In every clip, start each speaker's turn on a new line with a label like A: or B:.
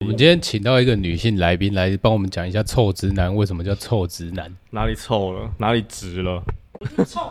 A: 今天请到一个女性来宾来帮我们讲一下臭直男为什么叫臭直男。
B: 哪里臭了，哪里直了，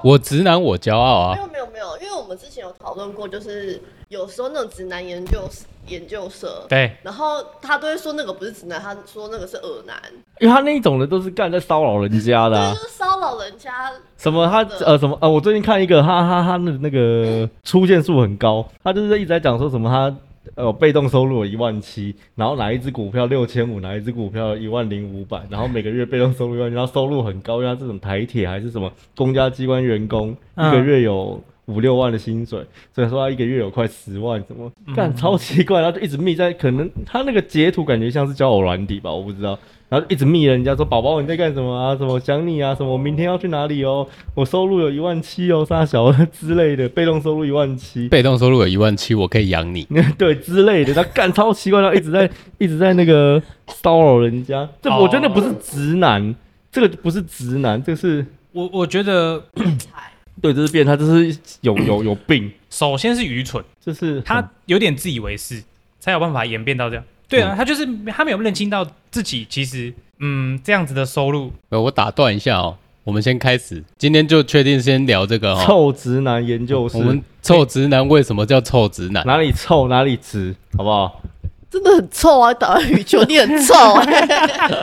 A: 我直男我骄傲
C: 没
A: 啊，
C: 有没有没有，因为我们之前有讨论过，就是有时候那种直男研究研究社，
A: 对，
C: 然后他都会说那个不是直男，他说那个是恶男，
B: 因为他那一种的都是干在骚扰人家的、啊
C: 对，，就是骚扰人家。
B: 什么他呃什么呃，我最近看一个哈哈哈的那个出现数很高，他就是一直在讲说什么他呃被动收入有一万七，然后哪一只股票六千五，哪一只股票一万零五百，然后每个月被动收入一万，然后收入很高，因为他这种台铁还是什么公家机关员工，
D: 嗯
B: 一个月有。五六万的薪水，所以说他一个月有快十万，怎么干超奇怪，然后就一直密在，可能他那个截图感觉像是交友软体吧，我不知道，然后一直密人家说宝宝你在干什么啊，什么想你啊，什么我明天要去哪里哦，我收入有一万七哦，啥小之类的，被动收入一万七，
A: 被动收入有一万七，我可以养你。
B: 对之类的，他干超奇怪，然后一直在 一直在那个骚扰人家，这
D: 哦
B: 我真的不是直男，这个不是直男，这个是
D: 我我觉得
B: 对，这是变态，这是有有有病，
D: 首先是愚蠢，
B: 这是很
D: 他有点自以为是，才有办法演变到这样。对
B: 嗯
D: 啊，他就是他没有认清到自己其实嗯这样子的收入，
A: 呃，我打断一下哦，我们先开始，今天就确定先聊这个哦。
B: 臭直男研究室
A: 我，们臭直男为什么叫臭直男？
B: 哪里臭哪里直，好不好？
C: 真的很臭啊！打完羽球你很臭、欸。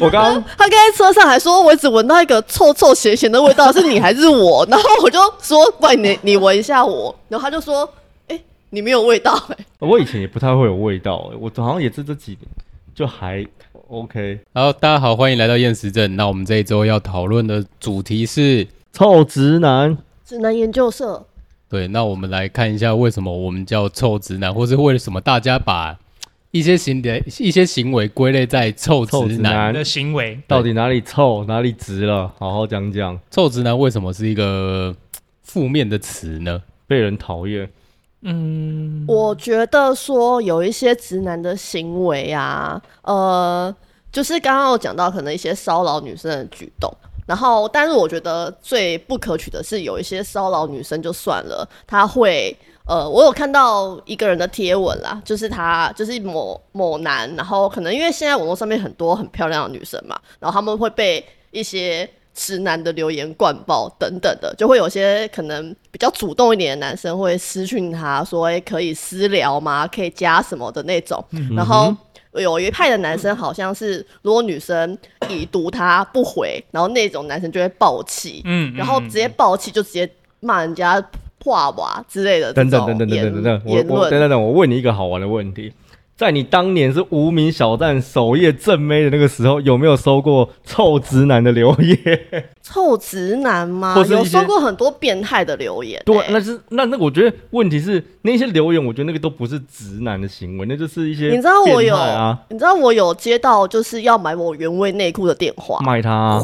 B: 我刚刚
C: 他刚才车上还说，我只闻到一个臭臭咸咸的味道，是你还是我？然后我就说，不然你你闻一下我。然后他就说，哎、你没有味道、欸。
B: 我以前也不太会有味道、我好像也是这几年就还 OK。
A: 好，大家好，欢迎来到厌食症。那我们这一周要讨论的主题是，
B: 臭直男，
C: 直男研究社，
A: 对，那我们来看一下为什么我们叫臭直男，或是为什么大家把一些行的一些行为归类在臭直
B: 臭直
A: 男。
B: 男
D: 你的行为
B: 到底哪里臭哪里直了？好好讲讲，
A: 臭直男为什么是一个负面的词呢？
B: 被人讨厌。
D: 嗯
C: 我觉得说有一些直男的行为啊，呃，就是刚刚有讲到可能一些骚扰女生的举动，然后但是我觉得最不可取的是有一些骚扰女生就算了，他会。呃，我有看到一个人的贴文啦， 就是他，就是某某男，然后可能因为现在网络上面很多很漂亮的女生嘛，然后他们会被一些直男的留言灌爆等等的，就会有些可能比较主动一点的男生会私讯他说，哎、可以私聊吗？可以加什么的那种，然后。有一派的男
B: 嗯
C: 生好像是，如果女生已读他不回，然后那种男生就会爆气，
D: 嗯
C: 然后直接爆气就直接骂人家破娃之类的这
B: 等
C: 种
B: 等等等等等等等，
C: 言
B: 我
C: 言
B: 我等
C: 论。
B: 等等，我问你一个好玩的问题，在你当年是无名小站首页正妹的那个时候，有没有收过臭直男的留言？
C: 臭直男吗
B: 或？是一
C: 有
B: 些
C: 收过很多变态的留 言、
B: 对，啊
C: 欸
B: 那是那那我觉得问题是那些留言，我觉得那个都不是直男的行为，那就是一些
C: 你知道我
B: 变
C: 有、
B: 态啊，
C: 你知道我有接到就是要买我原味内裤的电话，
B: 卖他啊，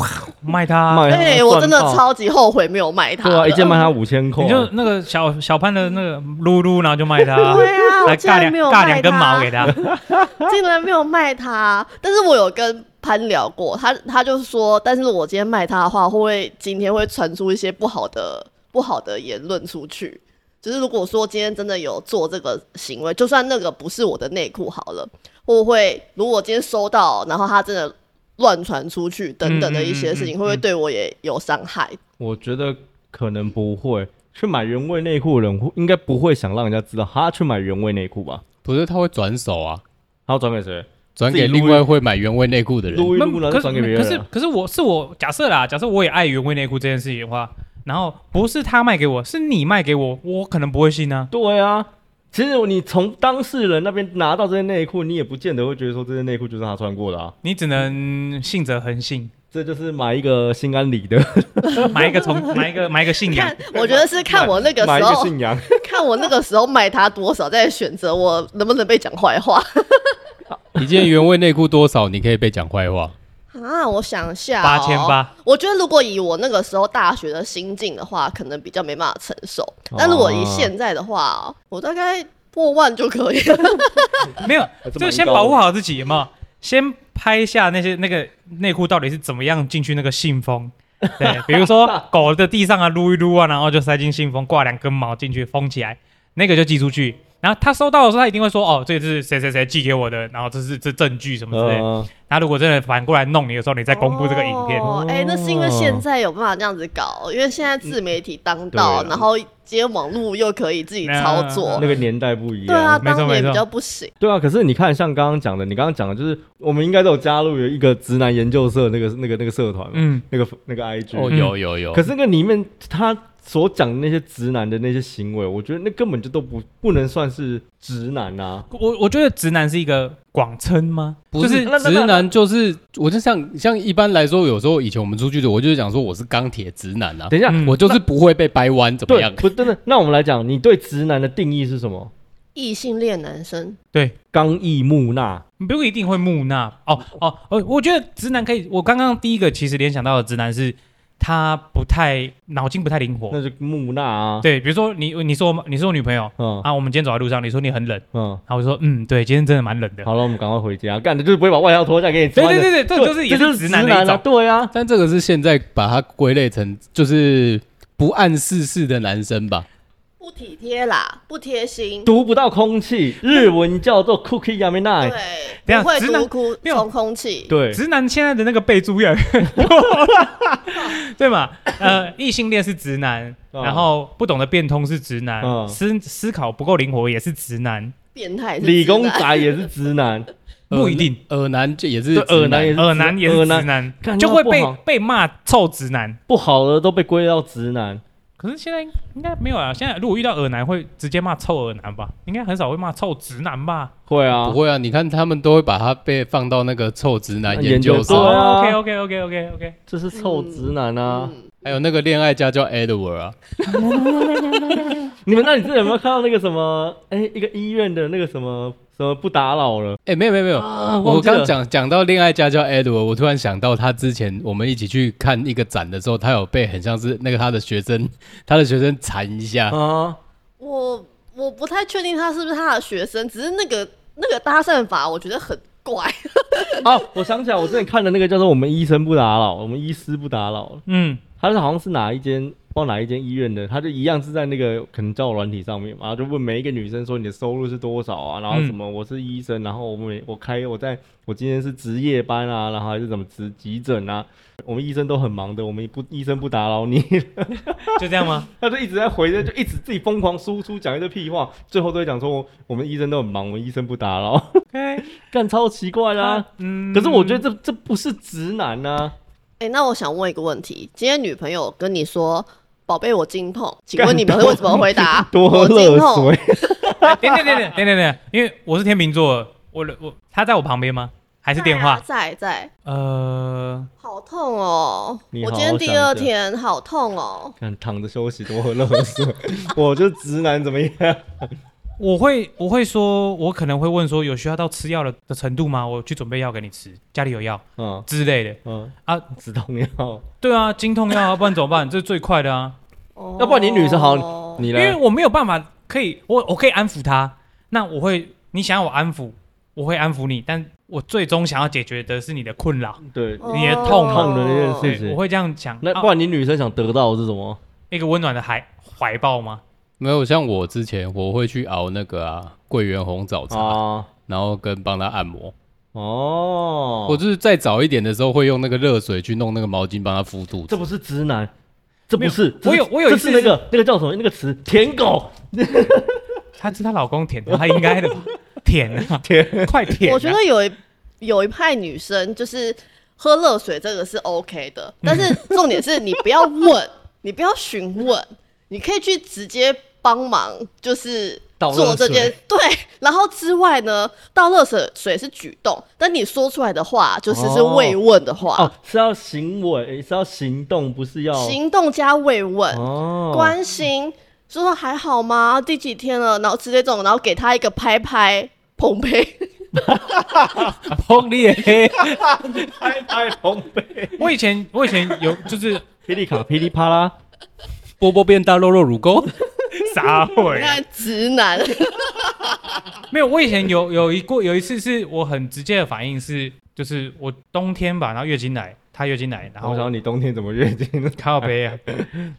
D: 卖他，
B: 卖他
C: 哎、我真的
B: 赚爆
C: 超级后悔没有买它的。
B: 对啊，一件卖他五千块，
D: 你就那个小小潘的那个噜噜，然后就卖他，
C: 对啊，我
D: 来
C: 竟
D: 尬
C: 然
D: 两
C: 没有
D: 尬两
C: 卖
D: 根
C: 它
D: 毛 给，他，
C: 竟然没有卖它。但是我有跟潘聊过，他他就说，但是我今天卖它的话，会不会今天会传出一些不好的不好的言论出去？就是如果说今天真的有做这个行为，就算那个不是我的内裤好了，会不会如果今天收到，然后他真的乱传出去等等的一些事情，
D: 嗯嗯嗯嗯嗯
C: 会不会对我也有伤 害？
B: 我觉得可能不会。去买原味内裤的人会应该不会想让人家知道他去买原味内裤吧？
A: 不是他会转手啊，
B: 他要转给谁？
A: 转给
B: 自己撸
A: 另外会买原味内裤的人。
B: 撸一撸，然
D: 那
B: 后
D: 可
B: 转给别
D: 是可
B: 人
D: 是
B: 啊。
D: 可是我是我假设啦，假设我也爱原味内裤这件事情的话，然后不是他卖给我，是你卖给我，我可能不会信啊。
B: 对啊，其实你从当事人那边拿到这些内裤，你也不见得会觉得说这些内裤就是他穿过的啊。
D: 你只能信则恒信，
B: 这就是买一个心安理得，
D: 买一个 从买一个买一个信仰
C: 看。，我觉得是看我那个
B: 买一
C: 时
B: 个
C: 候，
B: 信仰。
C: 看我那个时候卖它多少，再选择我能不能被讲坏话。
A: 一件原味内裤多少？你可以被讲坏话。
C: 啊，我想一下、哦，
D: 八千八。
C: 我觉得如果以我那个时候大学的心境的话，可能比较没办法承受。
D: 哦
C: 但如果以现在的话哦，我大概破万就可以了。
D: 没有
B: 呃还，是
D: 就
B: 蛮
D: 先
B: 高的
D: 保护好自己有没有？先拍下那些那个内裤到底是怎么样进去那个信 封。对，比如说狗的地上啊撸一撸啊，然后就塞进信封，挂两根毛进去封起来，那个就寄出去。然后他收到的时候，他一定会说：“哦，这是谁谁谁寄给我的，然后这是这证据什么之类的。
B: 嗯
D: 他如果真的反过来弄你的时候，你再公布这个影片，
C: 哦，哎、那是因为现在有办法这样子搞，因为现在自媒体当道，
D: 哦
B: 对啊
C: 然后接网络又可以自己操作。
B: 那个年代不一
C: 对啊，
B: 样。
D: 没错
C: 当年
D: 没错
C: 比较不行。
B: 对啊，可是你看，像刚刚讲的，你刚刚讲的就是，我们应该都有加入有一个直男研究社那个那个那个社团嘛，
D: 嗯，
B: 那个那个 IG。
A: 哦，有有有，
B: 可是那里面他所讲的那些直男的那些行为，我觉得那根本就都不不能算是直男啊。
D: 我我觉得直男是一个广称吗？
A: 不
D: 就是
A: 是直男，就是我就像像一般来说，有时候以前我们出去的，我就是讲说我是钢铁直男啊，
B: 等一下，
D: 嗯
A: 我就是不会被掰弯，怎么
B: 对
A: 样，？
B: 不真的，那我们来讲，你对直男的定义是什么？
C: 异性恋男生
D: 对，
B: 刚毅木讷，
D: 你不一定会木讷哦哦哦，我觉得直男可以。我刚刚第一个其实联想到的直男是他不太脑筋不太灵活。
B: 那就木讷啊。，
D: 对，比如说你你说我你是我女朋友
B: 嗯
D: 啊，我们今天走在路上，你说你很冷，
B: 嗯，
D: 然后我就说嗯，对，今天真的蛮冷的。
B: 好了，我们赶快回家。干的就是不会把外套脱下来给你
D: 对
B: 穿的。
D: 对对对，这就是
B: 这
D: 也
B: 就是
D: 直男的一
B: 啊。
D: 种。
B: 对啊，
A: 但这个是现在把它归类成就是不谙世事的男生吧？
C: 不体贴啦，不贴心，
B: 读不到空气，日文叫做 cookie yami n i
D: 等一
C: 对，
D: 下
C: 不会
D: 直男
C: 读哭
D: 没有
C: 从空气。
B: 对，
D: 直男现在的那个备注越来越多， 对嘛？呃，异性恋是直男，
B: 嗯
D: 然后不懂得变通是直男，
B: 嗯
D: 思思考不够灵活也是直男，
C: 变态是嗯
B: 理
C: 直
B: 工
C: 男
B: 仔也是直男，
D: 不一定，
A: 耳呃男啊就也是
B: 对
A: 直
B: 耳男也是直
D: 耳男也是
B: 耳
D: 直
B: 男
D: 男
B: 干，
D: 就会
B: 那
D: 被
B: 不好
D: 被骂臭直男。
B: 不好的都被归到直男。
D: 可是现在应该没有啊，现在如果遇到耳男会直接骂臭耳男吧？应该很少会骂臭直男吧？
B: 会啊，
A: 不会啊，你看他们都会把他被放到那个臭直男
B: 研
A: 研
B: 究
A: 究
B: 对
A: 所，
B: 啊
D: o k OK OK OK OK，
B: 这是臭直男啊！
C: 嗯
A: 还有那个恋爱家叫 Edward 啊，
B: 你们那你这有没有看到那个什么？ 哎、一个医院的那个什么什么不打扰了
A: 哎、没有没有没有，
B: 啊
A: 我刚
B: 讲
A: 讲讲到恋爱家教 Edward，我突然想到他之前我们一起去看一个展的时候，他有被很像是那个他的学生， 他的学生缠一下。
B: 啊，
C: 我我不太确定他是不是他的学生，只是那个那个搭讪法，我觉得很怪。
B: 哦，我想起来，我之前看的那个叫做《我们医生不打扰，我们医师不打扰》了，
D: 嗯，
B: 他是好像是哪一间，不知道哪一间医院的，他就一样是在那个可能交友软体上面嘛，然后就问每一个女生说你的收入是多少啊，然后什么我是医生，然后我每我开我在我今天是值夜班啊，然后还是怎么值急诊啊，我们医生都很忙的，我们不医生不打扰你。
D: 就这样 吗？
B: 他就一直在回着，就一直自己疯狂输出讲一堆屁话，最后都会讲说我我们医生都很忙，我们医生不打扰，
D: OK，
B: 干超奇怪啦、
D: 嗯
B: 啊可是我觉得这这不是直男啊呐、
C: 哎、那我想问一个问题：今天女朋友跟你说“宝贝，我经痛”，请问你们会怎么回答？
B: 多
C: 我经痛
B: 热。水，
D: 哎等等等等等等等，因为我是天秤座，我我他在我旁边吗？还是电话？
C: 在在，
D: 呃，
C: 好痛哦！
B: 你
C: 我
B: 好
C: 今天
B: 好
C: 第
B: 想一
C: 二
B: 下
C: 天好痛哦。
B: 看躺着休息多喝热水， 我就直男怎么样？
D: 我会我会说，我可能会问说，有需要到吃药了的程度吗？我去准备药给你吃，家里有药
B: 嗯
D: 之类的
B: 嗯，
D: 啊。
B: 止痛药，
D: 对啊，经痛药啊，不然怎么办？这是最快的啊，
B: 要不然你女生好
C: 哦，
B: 你
D: 因为
B: 来
D: 我没有办法可以，我我可以安抚他。那我会，你想要我安抚，我会安抚你，但我最终想要解决的是你的困扰。
B: 对
C: 哦
D: 你的痛
B: 痛的那件事
D: 对，
B: 是
D: 我会这样想。
B: 那
D: 哦啊
B: 不然你女生想得到的是什么？
D: 一个温暖的怀怀抱吗？
A: 没有像我之前我会去熬那个啊桂圆红枣茶，
B: 啊
A: 然后跟帮他按摩。
B: 哦，
A: 我就是再早一点的时候会用那个热水去弄那个毛巾帮他敷肚子。
B: 这不是直男，这
D: 没
B: 不
D: 有
B: 是，这
D: 我
B: 是
D: 有我有一
B: 这
D: 次
B: 是那个那个叫什么那个词舔狗，
D: 她是她老公舔的，她应该的吧？舔 啊，舔，快舔啊！
C: 我觉得有一有一派女生就是喝热水这个是 OK 的，但是重点是你不 要问，你不要询问，你可以去直接帮忙，就是
B: 倒热
C: 做这
B: 水
C: 件对。然后之外呢，倒热水水是举动，但你说出来的话就是是
B: 哦
C: 慰问的话，
B: 哦，是要行为，是要行动，不是要
C: 行动加慰问。
B: 哦
C: 关心，说说还好吗？第几天了？然后之类这种，然后给他一个拍拍，捧杯。
A: 碰你黑，
B: 拍拍红背，
D: 我以前我以前有就是
B: 噼里卡噼里啪啦，
A: 波波变大，肉肉乳沟。
D: 撒
C: 你
D: 会
B: 啊
C: 看直男，
D: 没有，我以前有有一过有一次是我很直接的反应是，就是我冬天吧，然后月经来，她月经来，然
B: 然后
D: 后
B: 想你冬 天怎么月经？
D: 啊靠背啊，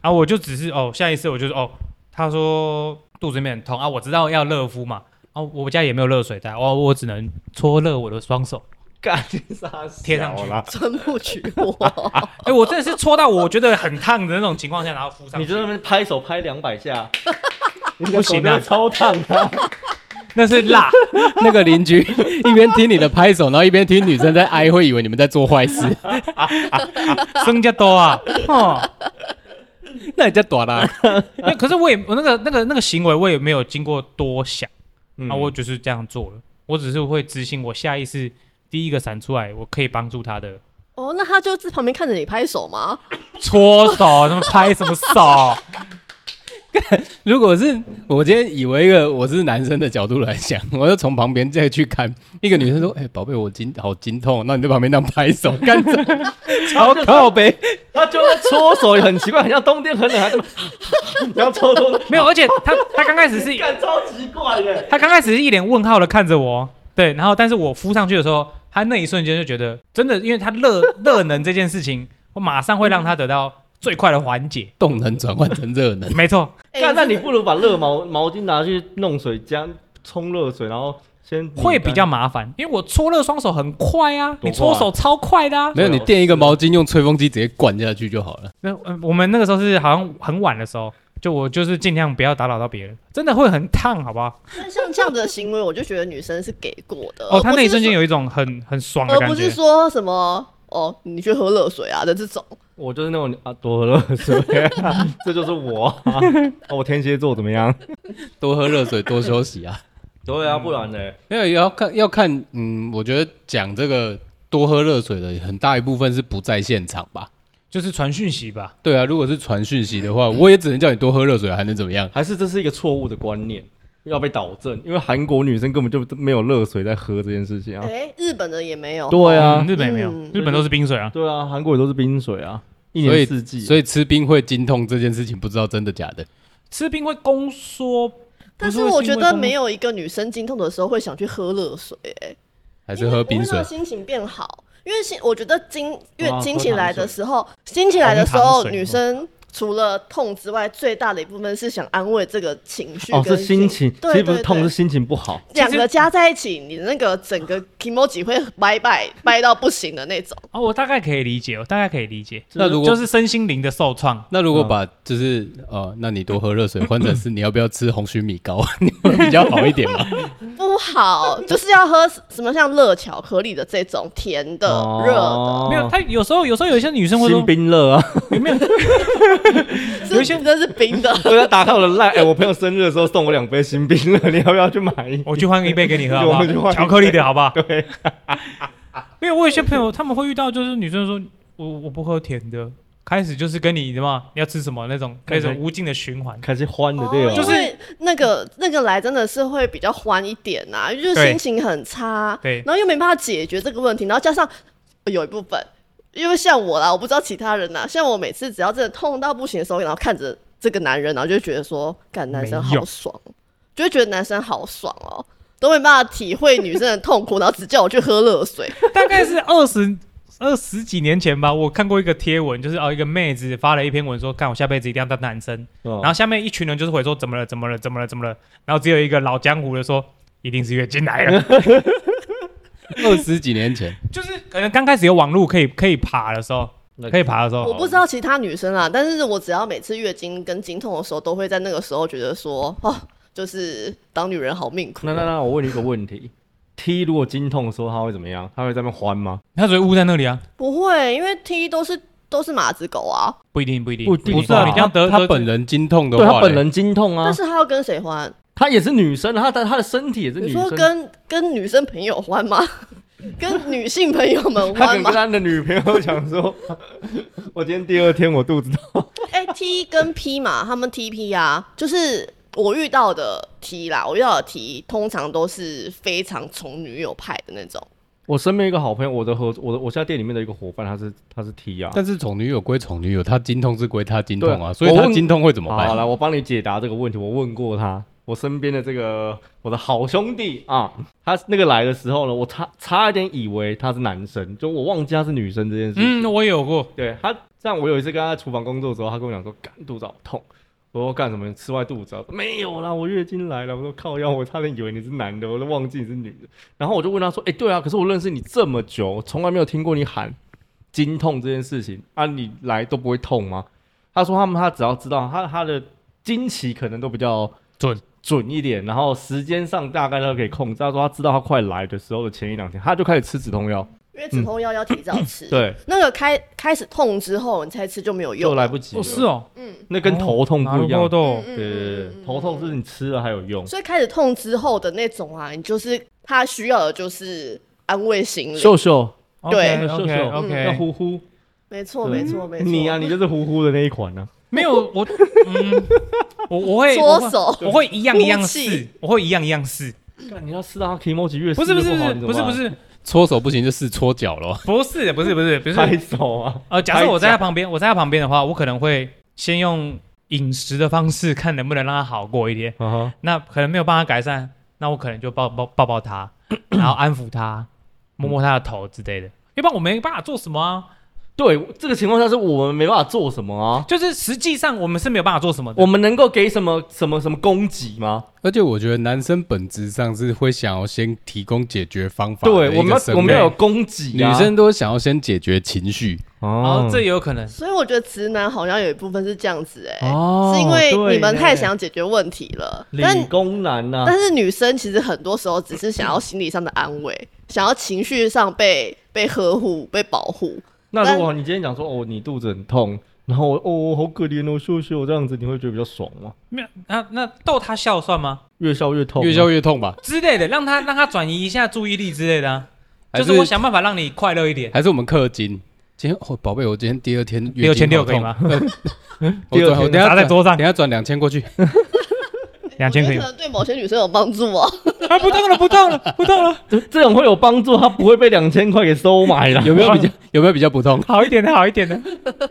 D: 然后我就只是哦，下一次我就是哦，她说肚子里面很痛啊，我知道要热敷嘛，啊，我家也没有热水袋，哦我我只能搓热我的双手。
B: 干啥
D: 贴上去
B: 啦？
C: 钻木取火，
D: 哎、我真的是搓到我觉得很烫的那种情况下，然后敷上
B: 你
D: 去
B: 就在那边拍手拍两百 下，你
D: 不行啊
B: 的手真的超烫啊！
D: 那是辣，
A: 那个邻居一边听你的拍手，然后一边听女生在哀，会以为你们在做坏 事。
D: 生加多啊，哦，
A: 那人家短啦，
D: 那可是我也我那个那个那个行为我也没有经过多想。
B: 嗯
D: 啊，我就是这样做了，我只是会执行我下意识第一个闪出来，我可以帮助他的
C: 哦，那他就在旁边看着你拍手吗？
D: 搓手，那么拍什么手？
A: 如果是我今天以为一个我是男生的角度来想，我就从旁边再去看一个女生说：“哎、宝贝，我筋好筋痛。”那你在旁边那样拍手， 干什么？
D: 嗯
A: 超靠呗。
B: 他就在搓手，也很奇怪，很像冬天很冷，还在那 你要搓 搓，
D: 没有，而且他他刚开始是
B: 干超奇怪耶！
D: 他刚开始是一脸问号的看着我，对，然后但是我敷上去的时候，他那一瞬间就觉得真的，因为他热 热能这件事情，我马上会让他得到最快的缓解。
A: 动能转换成热能，
D: 没错，
C: 哎
B: 干，那你不如把热毛毛巾拿去弄水浆，冲热水，然后先拧
D: 会比
B: 干
D: 较麻烦，因为我搓热双手很快啊，你
B: 多
D: 搓
B: 快
D: 手超快的啊。
A: 没有你垫一个毛巾，用吹风机直接灌下去就好了。
D: 那、呃、我们那个时候是好像很晚的时候，就我就是尽量不要打扰到别人，真的会很烫，好不好？
C: 那像这样的行为，我就觉得女生是给过的。
D: 哦，他那一瞬间
C: 有，
D: 有一种很很爽的
C: 而
D: 感
C: 呃不
D: 觉
C: 是。说什么哦，你去喝热水啊的这种。
B: 我就是那种啊，多喝热水， 这就是我、啊。我天蝎座怎么样？
A: 多喝热水，多休息啊。
B: 对啊，不然呢？
A: 没有，也要看要看，嗯，我觉得讲这个多喝热水的很大一部分是不在现场吧。
D: 就是传讯息吧，
A: 对啊，如果是传讯息的话，
B: 嗯
A: 我也只能叫你多喝热水，还能怎么样？
B: 还是这是一个错误的观念，要被导正。因为韩国女生根本就没有热水在喝这件事情啊。
C: 哎，日本的也没有。
B: 对啊
D: 嗯，日本也没有，
C: 嗯
D: 日本都是冰水啊。
B: 对啊，韩国也都是冰水啊，一
A: 所以
B: 年四季。啊
A: 所
B: 以
A: 以吃冰会经痛这件事情，不知道真的假的。
D: 吃冰会宫缩，
C: 但是我觉得没
D: 有。
C: 有一个女生经痛的时候会想去喝热水、哎，
A: 还是喝冰
C: 因为
B: 哎
C: 不会
A: 水
C: 让？心情变好。因为心，我觉得经
B: 对
C: 月
B: 啊喝
C: 经起
B: 糖
C: 来的
B: 水
C: 时候，经起来的时
D: 糖
C: 候，
D: 水
C: 女生除了痛之外，最大的一部分是想安慰这个情绪
B: 哦，
C: 跟
B: 是心情，
C: 对
B: 其实不是
C: 对
B: 痛，
C: 对
B: 是心情不好。
C: 两个加在一起，你的那个整个 emoji 会掰掰掰到不行的那种。
D: 哦，我大概可以理解，我大概可以理解。
A: 那如果
D: 就是身心灵的受创，
A: 那如
B: 嗯
A: 果把就是呃，那你多喝热水，换成是你要不要吃红曲米糕， 你会比较好一点 吗？
C: 不好，就是要喝什么像热巧克力的这种甜的、热、
B: 哦
D: 没有。他有时候有时候有一些女生会
B: 新
D: 说，
B: 冰乐啊！。
D: 有没有？
C: 的，
D: 有一些
C: 真的是冰的
B: 我要打开我的赖，哎，我朋友生日的时候送我两杯新冰乐，你要不要去买一？
D: 我去换一杯给你喝好不
B: 我去
D: 好？
B: 换一杯
D: 巧克力的 好不好？对。 因为我有些朋友他们会遇到，就是女生说，我我不喝甜的，开始就是跟你什么你要吃什么那种那
B: 看起来
D: 种无尽的循环。
B: 开始欢的
C: 哦
B: 对哦，
D: 就是
C: 因为那个那个来真的是会比较欢一点呐、因为就是
D: 对
C: 心情很差，
D: 对
C: 然后又没办法解决这个问题，然后加上呃有一部分，因为像我啦，我不知道其他人呐，像我每次只要真的痛到不行的时候，然后看着这个男人，然后就会觉得说，干男生
D: 没
C: 好
D: 用
C: 爽，就会觉得男生好爽哦。都没办法体会女生的痛苦，然后只叫我去喝热水，
D: 大概是二十二十几年前吧，我看过一个贴文，就是哦，一个妹子发了一篇文说，看我下辈子一定要当男生。
B: 哦
D: 然后下面一群人就是回说怎么了，怎么了，怎么了，怎么了。然后只有一个老江湖的说，一定是月经来了。
A: 二十几年前，
D: 就是可能刚开始有网络可以可以爬的时候，
B: 那
D: 可以爬的时候，
C: 我不知道其他女生啦，但是我只要每次月经跟经痛的时候，都会在那个时候觉得说，哦，就是当女人好命苦哦。
B: 那那那，我问你一个问 题：T 如果经痛的时候，他会怎么样？他会在那边欢吗？
D: 他只会捂在那里啊，
C: 不会，因为 T E 都是都是马子狗啊，
D: 不一定，不一定，
B: 不一定
D: 不知道
B: 吧
D: 你这样得
A: 他
D: 得
A: 本人经痛的
B: 对
A: 话嘞，
B: 他本人经痛啊
C: 但，是他要跟谁欢？
B: 她也是女生，她的她的身体也是女
C: 你
B: 生
C: 说。跟跟女生朋友 欢吗？跟女性朋友们
B: 他可能跟
C: 欢吗？
B: 他的女朋友讲说：“ 我今天第二天我肚子痛。
C: 哎、t 跟 P 嘛，他们 TP 啊，就是我遇到的 T E 啦，我遇到的 T 通常都是非常宠女友派的那种。”
B: 我身边一个好朋友，我的合我的我现在店里面的一个伙伴，他是他是 T 啊。
A: 但是宠女友归宠女友，她经痛是归她经痛啊，
B: 对
A: 所以
B: 我
A: 她
B: 问
A: 经痛会怎么
B: 好，
A: 办？
B: 来我帮你解答这个问题。我问过他，我身边的这个我的好兄弟啊，他那个来的时候呢，我差差一点以为他是男生，就我忘记他是女生这件事情。
D: 嗯，我也有过，
B: 对他，像我有一次跟他在厨房工作的时候，他跟我讲说，干肚子好痛。我说干什么？你吃坏肚子、啊？没有啦，我月经来了。我说靠腰，我差点以为你是男的，我都忘记你是女的。然后我就问他说，哎、对啊，可是我认识你这么久，我从来没有听过你喊经痛这件事情啊，你来都不会痛吗？他说他们他只要知道他他的经期可能都比较
D: 准
B: 准一点，然后时间上大概都可以控制。他说他知道他快来的时候的前一两天，他就开始吃止痛药。
C: 因为止痛药要提早吃。
B: 嗯对，
C: 那个开开始痛之后，你再吃就没有
B: 又
C: 用。啊
B: 来不及了。
D: 哦是哦，
C: 嗯，
B: 那跟头痛不一样。
D: 哦
C: 嗯
B: 对对对对，头痛是。
C: 嗯嗯嗯嗯
B: 你吃了还有用。
C: 所以开始痛之后的那种啊，你就是他需要的就是安慰心灵。
B: 秀秀哎
C: 对
D: ，OK
B: 嗯要
D: OK，
B: 呼呼，
C: 没错，
B: 对
C: 没错，没错。
B: 你啊，你就是呼呼的那一款啊呢。
D: 没有我， 嗯，我我会
C: 搓
D: 我会
C: 手，
D: 我会一样一样
C: 哭泣
D: 试，我会一样一样试，
B: 干你要吃到他 emoji 越
D: 不是
B: 撕
D: 不
B: 越
D: 是不
B: 好
D: 是
B: 你怎
D: 不
B: 么
D: 是不
B: 办
D: 是
A: 搓手不行就试搓脚咯。
D: 不是不是不是 不
B: 拍
D: 是，
B: 手啊，
D: 呃，假设我在
B: 拍
D: 他
B: 脚
D: 旁边，我在他旁边的话，我可能会先用饮食的方式看能不能让他好过一点。
B: 啊哈，
D: 那可能没有办法改善，那我可能就抱抱抱抱 他，然后安抚他，摸摸他的头之类的。要不然我没办法做什么啊，
B: 对这个情况下是我们没办法做什么啊，
D: 就是实际上我们是没有办法做什么的
B: 我。们能够给什么什么什么供给吗？
A: 而且我觉得男生本质上是会想要先提供解决方法的
B: 对，
A: 一个
B: 我们
A: 生
B: 要我们
A: 类
B: 要有供给啊，
A: 女生都想要先解决情绪，
D: 然后
B: 哦
D: 这也有可能，
C: 所以我觉得直男好像有一部分是这样子哎、
B: 哦
C: 是因为你们太
B: 想
C: 想解决问题了，但
B: 理工男
D: 啊
B: 呐
C: 但，是女生其实很多时候只是想要心理上的安 慰，想要情绪上被被呵护、被保护。
B: 那如果你今天讲说哦你肚子很痛，然后我哦好可怜哦秀秀这样子，你会觉得比较爽吗？
D: 没有那那逗他笑算吗？
B: 越笑越痛啊，
A: 越笑越痛吧？
D: 之类的，让他让他转移一下注意力之类的、啊，
A: 还
D: 就是我想办法让你快乐一点。
A: 还是我们氪金？今天哦，宝贝，我今天第二天
D: 六千六可以吗？
A: 呃 我
B: 第二天
A: 转，我等下
D: 砸在
A: 转
D: 桌上
A: 等下转两千过去。
D: 两千可以
C: 我觉得可能对某些女生有帮助哦、
D: 啊，不动了，不动了，不动了，
B: 这这种会有帮助，他不会被两千块给收买了，
A: 有没有比较 有没有比较普通？
D: 好一点的，好一点的。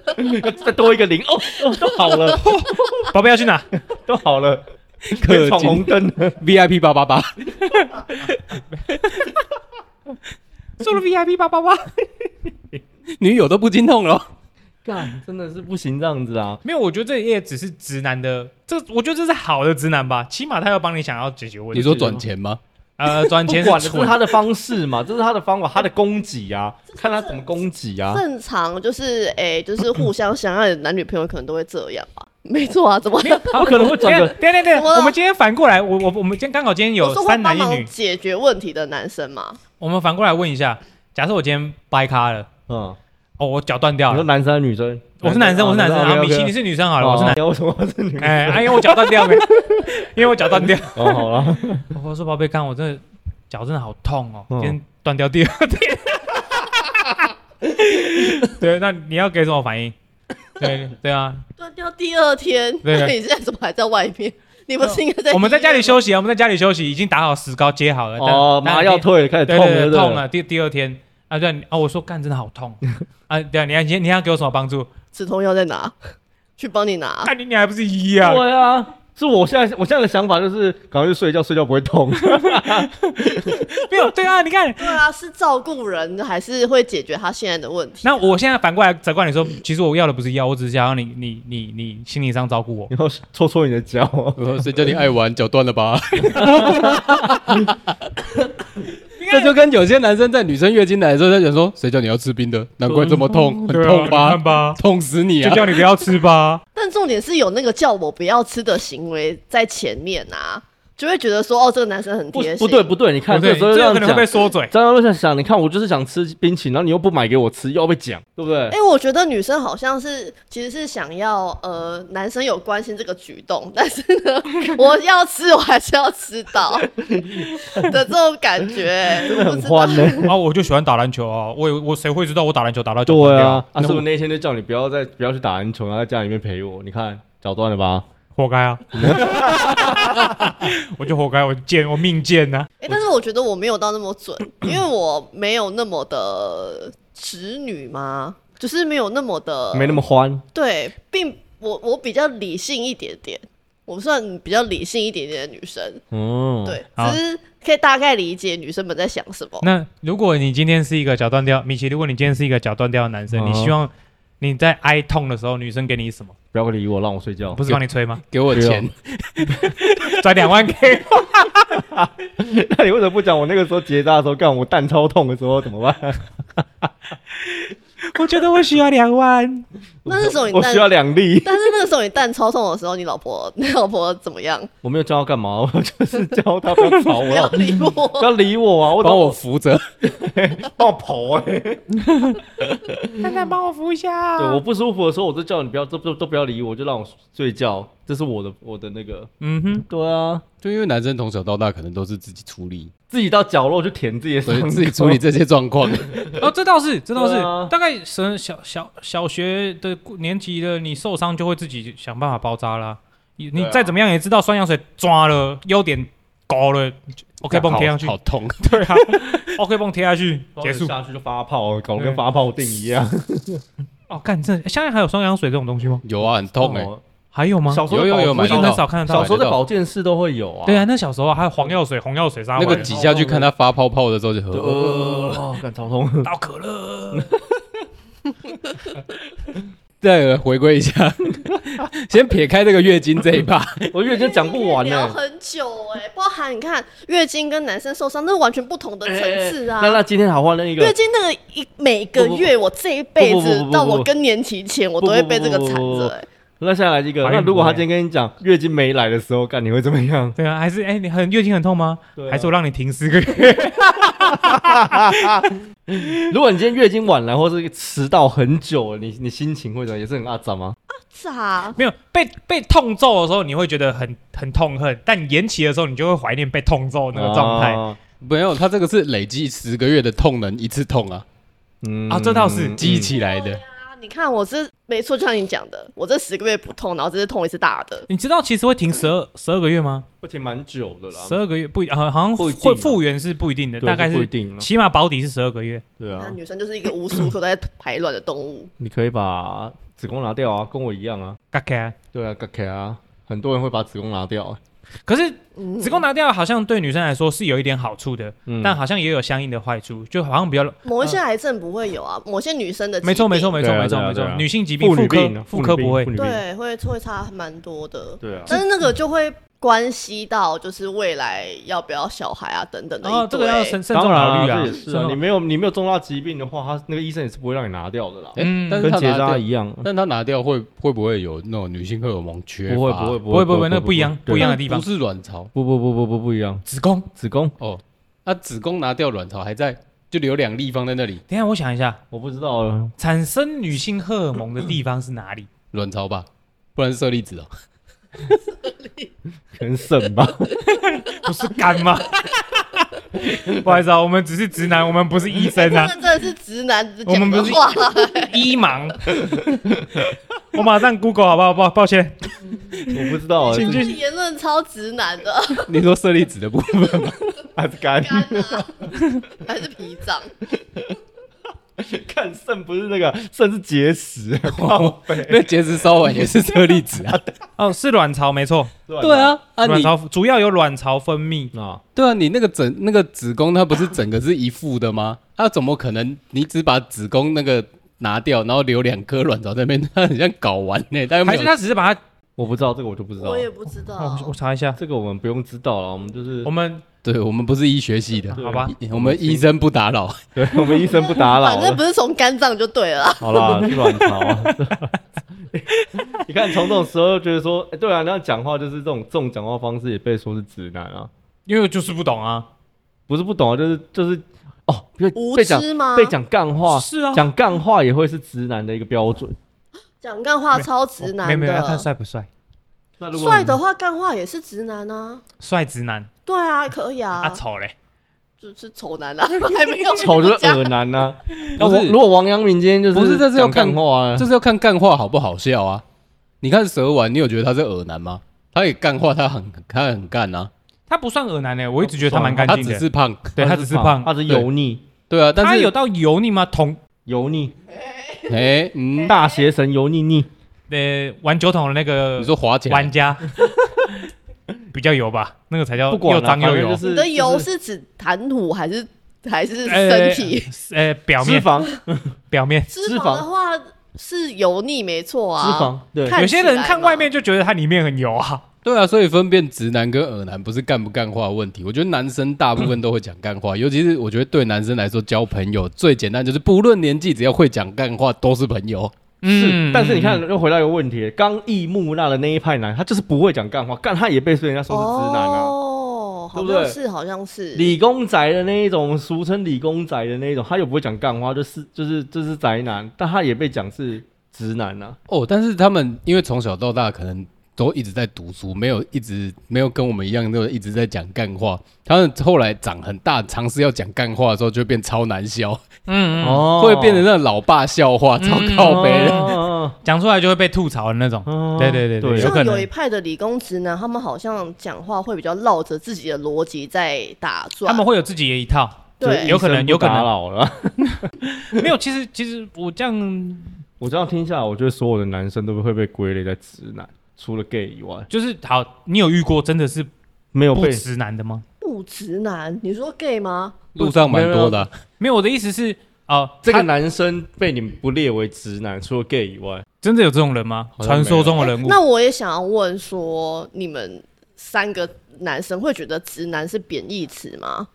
B: 再多一个零哦，哦都好 了，
D: 宝贝要去哪？
B: 都好了，
A: 氪
B: 闯红
A: 金
B: 灯了。
A: VIP 八八八，
D: 做了 VIP 八八八。
A: 女友都不经痛了。
B: 干，真的是不行这样子啊！
D: 没有，我觉得这也只是直男的，这我觉得这是好的直男吧，起码他要帮你想要解决问题。
A: 你说转钱吗？
D: 呃转
B: 不
D: 钱
B: 管
D: 是
B: 的这
D: 蠢
B: 是他的方式嘛，这是他的方法，他的供给啊，看他怎么供给啊。
C: 正常就是诶、就是互相相爱的男女朋友可能都会这样吧。没错啊，怎么会
B: 我可能会转个，
D: 等一下等一下等
C: 怎
D: 一下，
C: 么了
D: 我们今天反过来，我我我们今天刚好今天有
C: 我说会
D: 三男
C: 帮
D: 一
C: 忙
D: 女，
C: 解决问题的男生嘛？
D: 我们反过来问一下，假设我今天掰咖了，
B: 嗯，
D: 哦，我脚断掉
B: 你说
D: 了，
B: 男生还是女生？哦
D: 我是男生，我是男生，啊哦然后米奇你
B: 是
D: 是女生好了，我是男，
B: 生，哦为什么是女生？
D: 哎，哎因为我脚断掉没， 因为我脚断掉，
B: 哦，好 了，
D: 我说宝贝，刚我真的脚真的好痛哦，
B: 嗯
D: 今天断掉第二天。 对，那你要给什么反应？对对啊，
C: 断掉第二天，
D: 对
C: 那你现在怎么还在外 面？你不是应该在
D: 我们在家里
C: 医院吗
D: 休息啊，我们在家里休息，已经打好石膏接好了。但
B: 哦，
D: 但
B: 麻药退了，开始
D: 对
B: 痛
D: 对对
B: 了，
D: 痛。了。第第二天啊，对啊，我说干真的好 痛啊！对啊，你还你你还要给我什么帮助？啊
C: 止痛药在哪？ 去帮你 拿。
D: 那你你还不是一样？
B: 对啊，是我现在我现在的想法就是赶快去睡觉，睡觉不会痛。
D: 没有对啊，你看。
C: 对啊，是照顾人还是会解决他现在的问题？
D: 那我现在反过来责怪你说，其实我要的不是药，我只是想要你你你你心理上照顾我。
B: 然后搓搓你的脚，
A: 我呃说谁叫你爱玩，脚断了 吧？ 这就跟有些男生在女生月经来的时候，他想说谁叫你要吃冰的，难怪这么痛，很
D: 对啊
A: 痛
D: 你
A: 吧
D: 看？吧，
A: 痛死你
D: 就
A: 啊！
D: 叫你不要吃吧。
C: 但重点是有那个叫我不要吃的行为在前面啊，就会觉得说哦，这个男生 很
B: 不
C: 贴心。
B: 不对不对，你
D: 不
B: 看
D: 对，
B: 这时候
D: 这
B: 这
D: 有
B: 样
D: 可能会
B: 讲
D: 被，说嘴。
B: 这样想想，你看我就是想吃冰淇淋，然后你又不买给我吃，又要被讲，对不对
C: 哎、？我觉得女生好像是其实是想要呃，男生有关心这个举动， 但是 呢，我要吃我还是要吃到的这种感觉、真
B: 很欢呢。
D: 啊，我就喜欢打篮球啊，我有我谁会知道我打篮球打到脚 断
B: 对
D: 掉
B: 啊，啊，是不是那天就叫你不要再不要去打篮球，然后在家里面陪我？你看脚断了吧？
D: 活该啊！ 我就活该，我贱，我命贱啊呐、
C: 哎、但是我觉得我没有到那么 准，因为我没有那么的直女嘛，就是没有那么的
B: 没那么欢，
C: 对，并我我比较理性一点点，我算比较理性一点点的女生，
B: 嗯，，
C: 对，
D: 好
C: 只是可以大概理解女生们在想什么。
D: 那如果你今天是一个脚断掉，米奇，如果你今天是一个脚断掉的男生，
B: 嗯
D: 你希望你在哀痛的时候，女生给你什么？
B: 不要理我，让我睡觉。
D: 不是帮你吹吗？
A: 给我钱，
D: 啊转两万 K，
B: 那你为什么不讲我那个时候结扎的时候，干我蛋超痛的时候怎么办？
D: 我觉得我需要两万。
C: 那时候你
B: 我需要两粒，
C: 但是那个时候你蛋超痛的时候，你老婆 你老婆怎么样？
B: 我没有教他干嘛，我就是教他不要吵我
C: 不要
B: 老，
C: 理我。
B: 不要理我啊！我
A: 帮我扶着。
B: 帮我跑哎、欸！
D: 蛋蛋帮我扶一下
B: 对，我不舒服的时候，我就叫你不要，都都都不要理我，就让我睡觉。这是我的我的那个。
D: 嗯哼，
B: 对啊，
A: 就因为男生从小到大可能都是自己处 理，
B: 自己到角落去舔自己的
A: 所
B: 伤
A: 以
B: 口，
A: 自己处理这些状 况。
D: 哦，这倒是，这倒是
B: 对啊，
D: 大概小小小小学的年级的，你受伤就会自己想办法包扎啦。你你
A: 对啊
D: 再怎么样也知道酸杨水抓了，优点高了就，OK 绷贴上去
A: 好，痛。
D: 对啊 ，OK 绷贴下去，结束。
B: 下去就发泡，搞得跟发泡定一样。
D: 哦，干这现在还有双氧水这种东西吗？
A: 有啊，很 痛哎、
B: 哦
D: 还有吗？
B: 小时候
A: 有有有
B: 保
D: 我
A: 买
D: 已经
A: 到
D: 很少看得
B: 小
D: 到
B: 时。候在保健室都会有啊。
D: 对啊，那小时候啊还有黄药水、红药水啥
A: 那个
D: 玩意
A: 挤下去看他发泡泡的时候就
B: 对，
A: 喝。
B: 呃，干超痛。
D: 倒可乐，
A: 再回归一下， 先撇开这个月经这一趴，
B: 我月经讲不完
C: 聊
B: 呢。
C: 很久哎、包含你看月经跟男生受伤，那是完全不同的层次啊。
B: 那那今天好换另一个
C: 月。经那个一每个月，我这一辈
B: 不不不
C: 子
B: 不
C: 到
B: 不
C: 我
B: 不
C: 更年期前，我都会被这个缠着、欸。
B: 那下来一个，
D: 怀
B: 那
D: 孕
B: 如果
D: 不
B: 他
D: 会
B: 今天跟你讲月经没来的时候，干你会怎么样？
D: 对啊，还是哎，你很月经很痛吗？
B: 对啊
D: 还是我让你停十个月？
B: 如果你今天月经晚来，或是迟到很久了，你你心情会怎么样？也是很阿杂吗？
C: 咋？
D: 没有被被痛揍的时候，你会觉得很很痛恨，但延期的时候，你就会怀念被痛揍那个状态。
B: 啊
A: 没有，他这个是累积十个月的痛能一次痛啊，
B: 嗯
D: 啊这倒是
A: 积起来的。
C: 啊你看我这没错，就像你讲的，我这十个月不痛，然后这次痛一次大的。
D: 你知道其实会停十二十二个月吗？
B: 会停蛮久的
D: 十二个月不一啊，好像
B: 不一定啊
D: 会复原是不一定的，
B: 对
D: 大概
B: 是不一
D: 是
B: 定啊
D: 起码保底是十二个月。
B: 对
C: 那
B: 啊，
C: 女生就是一个无时无刻都在排卵的动物。
B: 你可以把子宫拿掉啊，跟我一样啊。
D: 嘎嘎，
B: 对啊，可以啊，很多人会把子宫拿掉。啊
D: 可是
C: 嗯
D: 子宫拿掉好像对女生来说是有一点好处的，
B: 嗯
D: 但好像也有相应的坏处，就好像比较
C: 某一些癌症不会有啊，某些女生的疾
D: 没错没错
C: 病
D: 没错
B: 对啊
D: 没错
B: 对啊
D: 没
B: 对
D: 错
B: 啊，
D: 女性疾病
B: 妇
D: 妇
B: 女病
D: 科
B: 啊，
D: 妇科不会
B: 妇女病
C: 对，会会差蛮多的。
B: 对啊，
C: 但是那个就会关系到就是未来要不要小孩啊等等的一
D: 哦，这个
C: 堆
D: 要慎慎重
B: 当然
D: 考虑
B: 啊
D: 啊，
B: 这也是
D: 慎
B: 啊，
D: 重
B: 你没有你没有重大疾病的话，他那个医生也是不会让你拿掉的啦，
A: 哎、
D: 嗯
A: 但是
B: 跟
A: 他
B: 结
A: 拿
B: 扎
A: 掉，
B: 一样。啊
A: 但他拿掉会会不会有那种女性荷尔蒙缺乏？
B: 不会不会啊
A: 会，
D: 不会不
B: 不
D: 会，那个不一样不一样的地方
A: 不，是卵巢
B: 不不不不不不一样。
D: 子宫。
B: 子宫
A: 哦，那、子宫拿掉，卵巢还在，就留两粒放在那里，
D: 等一下我想一下，
B: 我不知道了，
D: 产生女性荷尔蒙的地方是哪里？
A: 卵巢吧，不然是舍利子哦。
B: 可能肾吧。
D: 不是肝 吗？不好意思啊，我们只是直男，我们不是医生 啊
C: 这，真的是直男
D: 我们
C: 讲的
D: 不是
C: 话啦。
D: 医盲。 我马上 Google 好不好？抱抱歉，
B: 我不知道啊，
D: 请
C: 这
D: 继续。
C: 言论超直男的，
A: 你说舍利子的部分吗？
B: 还是肝？
C: 干啊，还是脾脏？
B: 看肾不是那个，肾是结石。靠北
A: 那结石烧完也是舍利子 啊。
D: 哦，是卵巢没错，
A: 对，啊，啊
D: 卵
A: 你
D: 巢主要有卵巢分泌，
B: 啊，
A: 对啊，你那个整那个子宫它不是整个是一副的吗？那、怎么可能你只把子宫那个拿掉，然后留两颗卵巢在那边，它很像睾丸呢、它又没
D: 还
A: 有
D: 是他只是把它？
B: 我不知道这个，我就不知道
C: 我。也不知道
D: 哦，我我查一下，
B: 这个我们不用知道了，我们就是
D: 我们
A: 对我们不是医学系的，
D: 好吧，
A: 我们医生不打 扰。
B: 对我们医生不打扰
C: 反正
B: 了。
C: 不是从肝脏就对了啦。
B: 好啦，是卵巢啊。 你看，从这种时候就觉得说，哎对啊，那讲话就是这种这种讲话方式也被说是直男啊，
D: 因为就是不懂啊，
B: 不是不懂啊，就是就是哦，被
C: 无
B: 被讲
C: 知啊吗？
B: 被讲干话，
D: 是啊，
B: 讲干话也会是直男的一个标准。
C: 讲干话超直
B: 哦
D: 没
C: 男
D: 没有要
C: 的，
D: 看帅不帅，
B: 那如果
C: 帅的话干话也是直男啊。
D: 帅直男
C: 对啊，可以啊
D: 啊，丑嘞，
C: 就是丑男啊， 还没有
B: 丑就是
C: 讲
B: 恶男 呐、啊。那
A: 不是
B: 王如果王阳明今天就是
A: 不是这是要
B: 讲干
A: 看
B: 话、啊
A: 这，是要看干话好不好笑啊！你看蛇丸，你有觉得他是恶男吗？他也干话，他很他很干啊，
D: 他不算恶男嘞，我一直觉得他蛮干
B: 哦
A: 他
D: 净
A: 只
D: 的，
A: 是胖，
D: 对他只是胖，
B: 他是油腻，
A: 对啊，但
D: 他
A: 是
D: 有到油腻吗？同
B: 油腻
A: 哎、嗯，
B: 大邪神油腻腻，
D: 呃玩酒桶的那个
A: 你说滑起
D: 玩
A: 来，
D: 家比较油吧，那个才叫
B: 不管
D: 又
B: 了，
D: 脏又
B: 反
D: 油
B: 正就。是
C: 你的油
B: 就是
C: 指谈吐还是还是身体？
D: 呃，呃表
B: 脂
D: 面
B: 肪，
D: 表面
C: 脂
B: 脂肪
C: 肪的话，是油腻没错
B: 脂
C: 啊，
B: 肪对
C: 看
D: 有些
C: 起来
D: 人看
C: 嘛
D: 外面就觉得它里面很油啊，
A: 对啊，所以分辨直男跟耳男不是干不干话的问题，我觉得男生大部分都会讲干话，尤其是我觉得对男生来说，交朋友最简单就是不论年纪，只要会讲干话都是朋友。
D: 嗯
B: 是，但是你看，又回到一个问题，刚毅木讷的那一派男，他就是不会讲干话，干他也被人家说是直男啊。
C: 哦，
B: 对
C: 好
B: 不对
C: 像是好像是，
B: 理工宅的那一种，俗称理工宅的那一种，他也不会讲干话，就是就是就是宅男，但他也被讲是直男啊。
A: 哦，但是他们因为从小到大可能都一直在读书，没有一直没有跟我们一样，就一直在讲干话。他们后来长很大，尝试要讲干话的时候，就变超难笑，
D: 嗯，嗯
B: 哦
A: 会变成那种老爸笑话，超靠北的。
B: 哦
D: 讲出来就会被吐槽的那种。
B: 哦
D: 对对对
B: 对
D: 有
B: 啊，
D: 可
C: 像
D: 能
C: 有一派的理工直男，他们好像讲话会比较绕着自己的逻辑在打转，
D: 他们会有自己的一套，
C: 啊对
D: 有可能有可能
B: 打扰了。
D: 没有。其实其实我这样，
B: 我这样听下来，我觉得所有的男生都会被归类在直男，除了 gay 以外，
D: 就是好，你有遇过真的是
B: 没有
D: 不
B: 被
D: 直男的吗？
C: 不直男，你说 gay 吗？
A: 路上蛮多的啊、
D: 没有，我的意思是哦，
B: 这个
D: 他
B: 男生被你们不列为直男，除了 gay 以外，
D: 真的有这种人吗？
A: 好像没
D: 传
A: 有
D: 说中的人物
C: 那我也想要问说，你们三个男生会觉得直男是贬义词吗？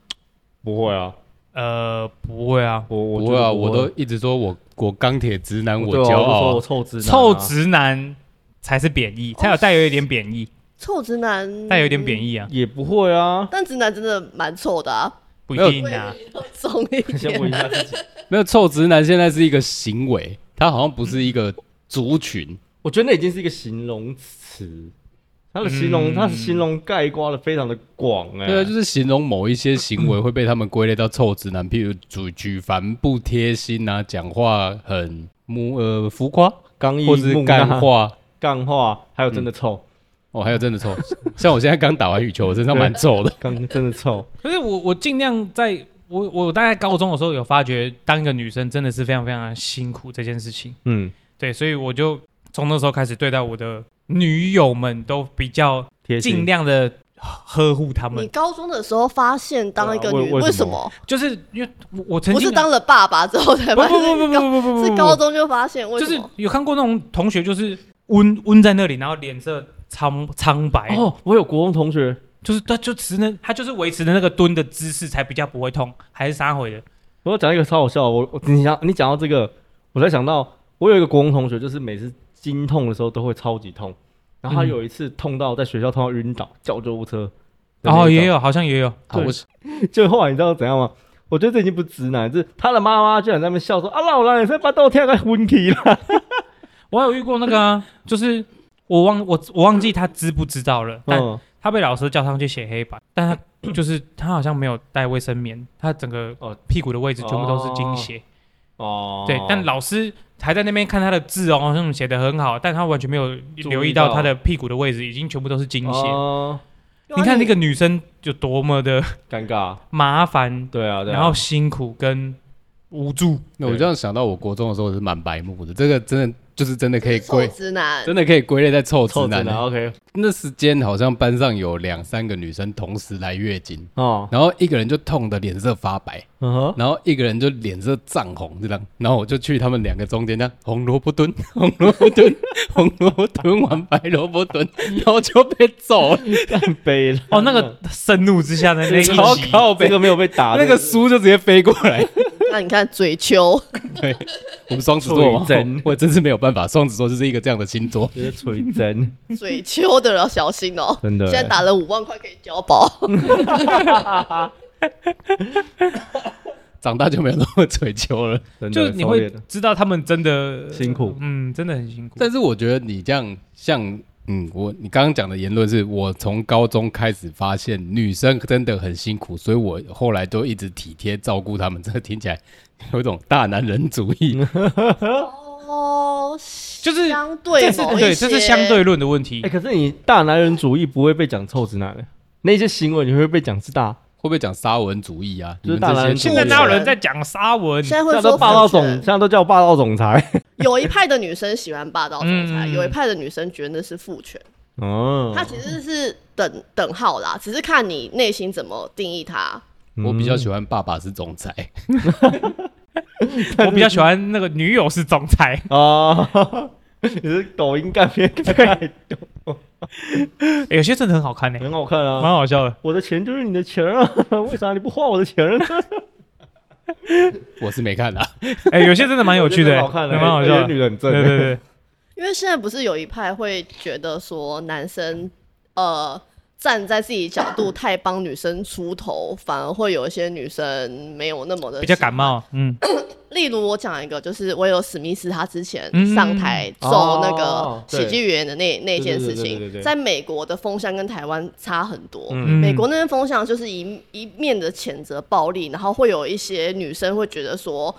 B: 不会啊，
D: 呃，不会啊，
B: 我我
A: 不
B: 觉
A: 会
B: 得
A: 啊，
B: 不
A: 我都一直说我我钢铁直男，我
B: 对啊
A: 骄
B: 就说
A: 傲
B: 我
A: 啊。
B: 臭直男啊，
D: 臭直男才是贬义，才有带有一点贬义，
C: 臭直男，
D: 带有一点贬
C: 义，
D: 义啊，
B: 也不会啊，
C: 但直男真的蛮臭的啊，
D: 不
A: 没有
D: 一定啊。
C: 重一
B: 先问一
C: 点。
B: 下自己，
A: 没有臭直男现在是一个行为，他好像不是一个族群。
B: 我觉得那已经是一个形容词，他的形容，
D: 嗯
B: 他的形容概括的非常的广哎、
A: 对啊，就是形容某一些行为会被他们归类到臭直男，譬如举举凡不贴心啊，讲话很木呃浮夸，
B: 刚毅
A: 或是
B: 木
A: 干
B: 讷、
A: 话。
B: 干话，还有真的臭，
A: 哦，还有真的臭，像我现在刚打完羽球，我身上 蛮臭的。
B: 刚、真的臭，
D: 可是我我尽量在我我大概高中的时候有发觉，当一个女生真的是非常非常辛苦这件事情。
B: 嗯，
D: 对，所以我就从那时候开始对待我的女友们都比较
B: 贴
D: 尽
B: 心。
D: 量的呵护她
C: 你
D: 们，
C: 高中的时候发现当一个女，
B: 对啊为为什
C: 什
B: 么
C: 么？
D: 就是因为我我曾
C: 不
D: 经
C: 是当了爸爸之后才
D: 不
C: 发
D: 不
C: 现，
D: 不不不不不不不
C: 是高中就发现，为
D: 就
C: 什
D: 是
C: 么？
D: 有看过那种同学就是温温在那里，然后脸色苍苍白，
B: 哦，我有国中同学，
D: 就是他就只能他就是维持的那个蹲的姿势才比较不会痛，还是杀回的，
B: 我要讲一个超好笑的，我我你想你讲到这个，我才想到我有一个国中同学，就是每次经痛的时候都会超级痛，然后他
D: 嗯
B: 有一次痛到在学校痛到晕倒，叫救护车，
D: 然后哦也
B: 有，
D: 有好像也有，
A: 好，
B: 对
A: 我
B: 就后来你知道怎样吗？我觉得这已经不是直男，就是他的妈妈居然在那边笑说：“啊，老了，你在把豆跳开昏体了。
D: 我还有遇过那个啊、 就是我忘我我忘记他知不知道了，”但
B: 嗯，
D: 他被老师叫上去写黑板，但 他就是他好像没有带卫生棉，他整个呃
B: 哦
D: 屁股的位置全部都是经血。
B: 哦
D: 对，但老师还在那边看他的字哦，好像写的很好，但他完全没有留意到
B: 到
D: 他的屁股的位置已经全部都是经血。
B: 哦
D: 你看那个女生有多么的
B: 尴尬，
D: 麻烦，
B: 对啊，对啊
D: 然后辛苦跟无助。
A: 那我这样想到，我国中的时候是蛮白目的，这个真的就是真的可以
C: 臭
A: 归，
C: 直男，
A: 真的可以归类在臭直
B: 臭直
A: 男。
B: 男，OK，哦
A: 那时间好像班上有两三个女生同时来月经，
B: 哦，
A: 然后一个人就痛得脸色发白，
B: 嗯哼，
A: 然后一个人就脸色涨红这样，然后我就去他们两个中间这样红萝卜蹲， 红萝卜蹲， 红萝卜蹲完白萝卜蹲，
B: 嗯
A: 然后就被揍了，
B: 干杯了。
D: 哦，那个盛怒之下的那一集，
A: 超靠
B: 这
A: 北，
B: 个没有被 打，
A: 那个书就直接飞过 来。
C: 那你看嘴丘，
A: 对，我们双子座嘛
B: 处女针，
A: 我真是没有办法，双子座就是一个这样的星座。
B: 直接锤针，
C: 嘴丘的人要小心 哦。
B: 真的
C: 现在打了五万块可以交保，
A: 长大就没有那么 追求了。
B: 真的
D: 就是你
B: 超
D: 会
B: 烈的
D: 知道他们真的
B: 辛苦，
D: 嗯，真的很辛苦。
A: 但是我觉得你这样像。嗯，我你刚刚讲的言论是我从高中开始发现女生真的很辛苦，所以我后来都一直体贴照顾她们。这个听起来有一种大男人主义，
C: 哦，
D: 就是
C: 相对
D: 这是
C: 某一
D: 对，这是
C: 些
D: 相对论的问题。
B: 哎、可是你大男人主义不会被讲臭直男的，欸那些行为你会被讲是大，
A: 会不会讲沙文主义啊？
B: 就是
A: 你们
B: 大男
A: 这
B: 人
A: 些
B: 主义
D: 现在哪有人在讲沙文？
C: 现
B: 现
C: 在会
B: 在
C: 说
B: 都霸道
C: 父
B: 总，
C: 权
B: 现在都叫霸道总裁。
C: 有一派的女生喜欢霸道总裁，
D: 嗯
C: 有一派的女生觉得那是父权，
B: 哦
C: 它其实是等等号啦，只是
B: 嗯
C: 看你内心怎么定义它。
A: 我比较
B: 欢
A: 喜欢爸爸是总裁，
D: 我比较喜欢那个女友是总裁，
B: 啊， 你是抖音干片看太多，
D: 欸有些真的很好看呢、
B: 很好看
D: 蛮
B: 啊。
D: 好笑的。
B: 我的钱就是你的钱啊， 为啥你不花我的钱呢？
A: 我是没看啊啦，
D: 哎、有些真的蛮 有趣的、欸，
B: 我觉得很好看的，
D: 蛮好笑
B: 有些
D: 的。
B: 女的很正欸
D: 对对对，
C: 因为现在不是有一派会觉得说男生呃站在自己角度太帮女生出头，反而会有一些女生没有那么的
D: 比较感。冒，嗯，
C: 例如我讲一个，就是威尔史密斯他之前
D: 嗯
C: 上台揍
B: 哦
C: 那个
B: 对
C: 喜剧演员的那那一件事
B: 对对对对对
C: 情，
B: 对
C: 在美国的风向跟台湾差很多。
B: 嗯
D: 嗯
C: 美国那边风向就是一一面的谴责暴力，然后会有一些女生会觉得说，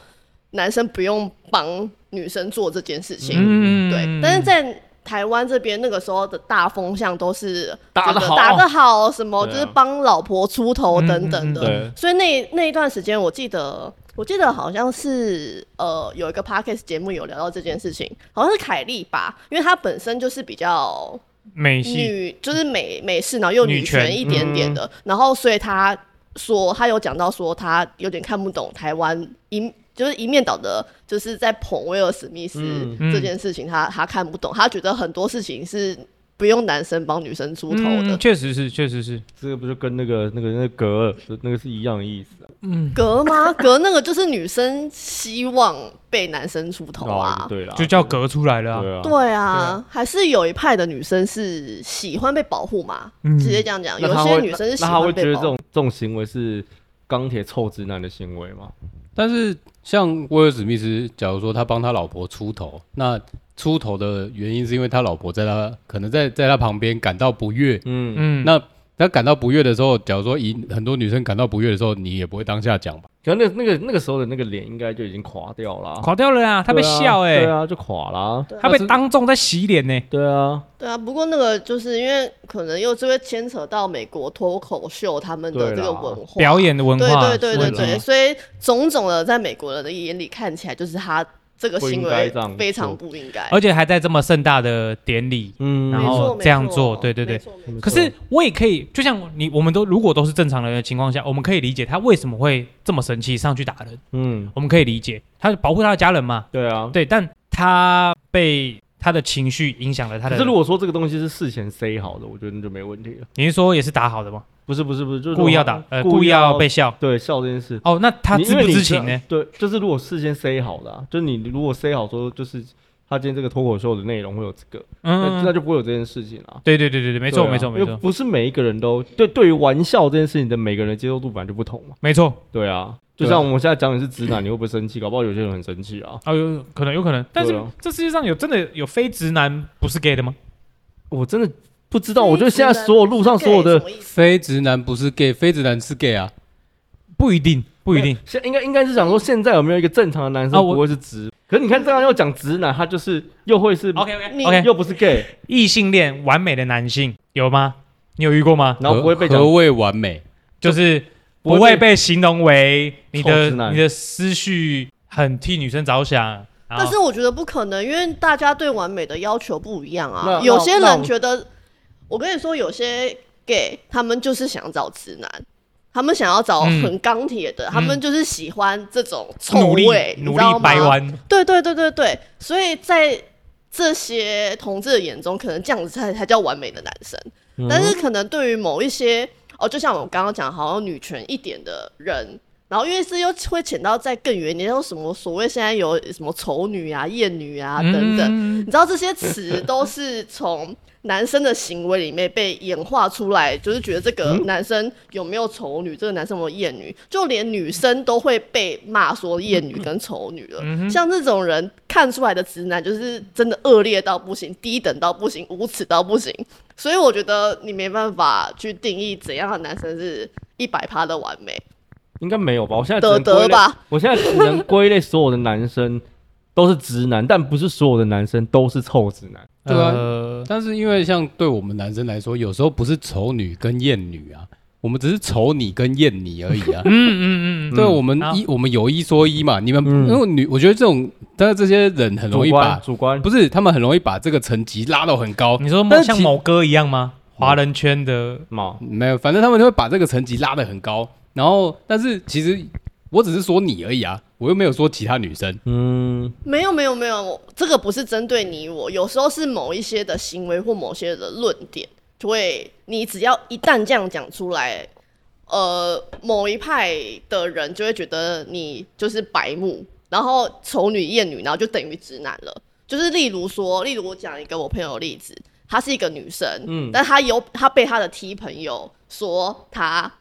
C: 男生不用帮女生做这件事情。
D: 嗯
C: 对，但是在台湾这边那个时候的大风向都是
B: 打得
C: 这个
B: 好
C: 打得好，什么就
B: 对啊
C: 是帮老婆出头等等
D: 嗯嗯
C: 的。
B: 对，
C: 所以那那一段时间，我记得我记得好像是呃有一个 podcast 节目有聊到这件事情，好像是凯莉吧，因为她本身就是比较
D: 美系，
C: 女，就是美美式，然后又
D: 女
C: 女权
D: 权
C: 一点点的，然后所以她说她有讲到说她有点看不懂台湾一就是一面倒的，就是在捧威尔史密斯
B: 嗯
D: 嗯
C: 这件事情，她她看不懂，她觉得很多事情是不用男生帮女生出头的。
D: 嗯确实是，确实是，
B: 这个不就跟那个那个那个格尔那个是一样的意思啊
D: 嗯，
C: 格吗？格那个就是女生希望被男生出头
B: 哦
C: 啊。
B: 对啦，
D: 就叫隔出来了啊、
B: 对啊，
C: 对
D: 对
C: 啊
D: 啊，
C: 还是有一派的女生是喜欢被保护嘛，
D: 嗯
C: 直接这样讲。有
B: 那他
C: 些
B: 会
C: 女生是喜
B: 那他
C: 欢
B: 会
C: 被
B: 觉得
C: 保
B: 这
C: 护
B: 种。这种行为是钢铁臭直男的行为吗？
A: 但是像威尔史密斯，假如说他帮他老婆出头，那出头的原因是因为他老婆在他可能在在他旁边感到不悦，
B: 嗯，
D: 嗯，
A: 那他感到不悦的时候，假如说以很多女生感到不悦的时候，你也不会当下讲吧？
B: 可能那个那个那个时候的那个脸应该就已经垮掉了啊，
D: 垮掉了啦，他被
B: 对啊
D: 笑哎、
B: 对啊，就垮了啊，
D: 他被当众在洗脸欸呢、
B: 对啊，
C: 对啊，不过那个就是因为可能又就会牵扯到美国脱口秀他们的
B: 对
C: 这
B: 啦
C: 个文化
D: 表，演的文化
C: 对
D: 问题，
C: 对对对对，
B: 问
C: 所以种种的在美国人的眼里看起来就是他这个
B: 不
C: 行
B: 应该
C: 为
B: 这样
C: 非常
B: 做
C: 不应该，
D: 而且还在这么盛大的典礼，
B: 嗯，
D: 然
C: 没
D: 后
C: 错
D: 这样做对对，对
C: 没错没错
B: 没错
D: 可是我也可以，就像你，我们都如果都是正常人的情况下，我们可以理解他为什么会这么生气上去打人，
B: 嗯，
D: 我们可以理解，他保护他的家人嘛，
B: 对啊。
D: 对，但他被他的情绪影响了他
B: 可
D: 的
B: 是。如果说这个东西是事前塞好的，我觉得那就没问题了。
D: 你是说也是打好的吗？
B: 不是不是不是，就是
D: 故意要打，呃，
B: 故
D: 故
B: 意
D: 意要被笑。
B: 对笑这件事，
D: 哦，那他
B: 你
D: 知
B: 因为
D: 不
B: 你
D: 知
B: 知道
D: 情欸呢？
B: 对，就是如果事先塞好的、啊，就是你如果塞好说，就是他今天这个脱口秀的内容会有这个，那
D: 嗯，
B: 啊那就不会有这件事情啊。
D: 对对对对对，没错
B: 对啊
D: 没错没
B: 因为
D: 错
B: 不是每一个人都对对于玩笑这件事情的每个人的接受度本来就不同嘛。
D: 没错。
B: 对啊，就
A: 对啊
B: 像我们现在讲你是直男，你会不会生气？搞不好有些人很生气啊。
D: 哦，有可能有可能，但是
B: 对啊
D: 这世界上有真的有非直男不是 gay 的吗？
B: 我真的不知道，我觉得现在所有路上所有
C: 对
B: 的
C: 什么意思
A: 非直男不是 gay，非直男是 gay 啊。
D: 不一定，不一定。
B: 现应该应该是想说，现在有没有一个正常的男
D: 啊
B: 生
D: 我
B: 不会是直？可是你看，这样要讲直男，他就是又会是
D: OK OK
C: 你
D: OK，
B: 又不是 gay，
D: 异性恋完美的男性有吗？你有遇过吗？
B: 然后不会被
A: 何
B: 讲
A: 何谓完美？
D: 就是
B: 不会
D: 不
B: 被
D: 会被形容为你
B: 臭
D: 的
B: 直男
D: 你的思绪很替女生着想，然
C: 但
D: 后
C: 是我觉得不可能，因为大家对完美的要求不一样啊
B: 那。
C: 有些
B: 那那我
C: 人觉得，我跟你说，有些 gay 他们就是想找直男，他们想要找
D: 嗯
C: 很钢铁的，他们就是喜欢这种臭
D: 努力
C: 味，欸你
D: 努
C: 知
D: 力
C: 道吗
D: 掰？弯，
C: 对对对对对，所以在这些同志的眼中，可能这样子才才叫完美的男生。
D: 嗯
C: 但是可能对于某一些哦，就像我刚刚讲，好像女权一点的人，然后因为这又会潜到在更远一点，像什么所谓现在有什么丑女啊、艳女啊等等，
D: 嗯
C: 你知道这些词都是从男生的行为里面被演化出来，就是觉得这
B: 嗯
C: 个男生有没有丑女，这个男生有没有艳女，就连女生都会被骂说艳女跟丑女了。
B: 嗯
C: 像这种人看出来的直男，就是真的恶劣到不行，低等到不行，无耻到不行。所以我觉得你没办法去定义怎样的男生是一百趴的完美，
B: 应该没有吧？我现在只
C: 得
B: 能归
C: 得
B: 类，
C: 吧。
B: 我现在只能归类所有的男生都是直男，但不是所有的男生都是臭直男。
A: 对啊
D: 呃
A: 但是因为像对我们男生来说，有时候不是丑女跟艳女啊，我们只是丑你跟艳你而 已啊。
D: 嗯嗯嗯嗯，
A: 对，我们
D: 好
A: 一我们有一说一嘛，你们
B: 嗯
A: 因为女，我觉得这种，但是这些人很容易
B: 主观嗯
A: 把
B: 主观，
A: 不是他们很容易把这个层级拉到很高，
D: 嗯你说
A: 但是
D: 像
A: 其
D: 某哥一样吗？华人圈的
B: 嘛，
A: 没有，反正他们就会把这个层级拉得很高。然后，但是其实我只是说你而已啊，我又没有说其他女生。
B: 嗯，
C: 没有没有没有，这个不是针对你我，有时候是某一些的行为或某些的论点，就会你只要一旦这样讲出来，呃，某一派的人就会觉得你就是白目，然后丑女厌女，然后就等于直男了。就是例如说，例如我讲一个我朋友的例子，她是一个女生，
B: 嗯
C: 但她有她被她的 T 朋友说她，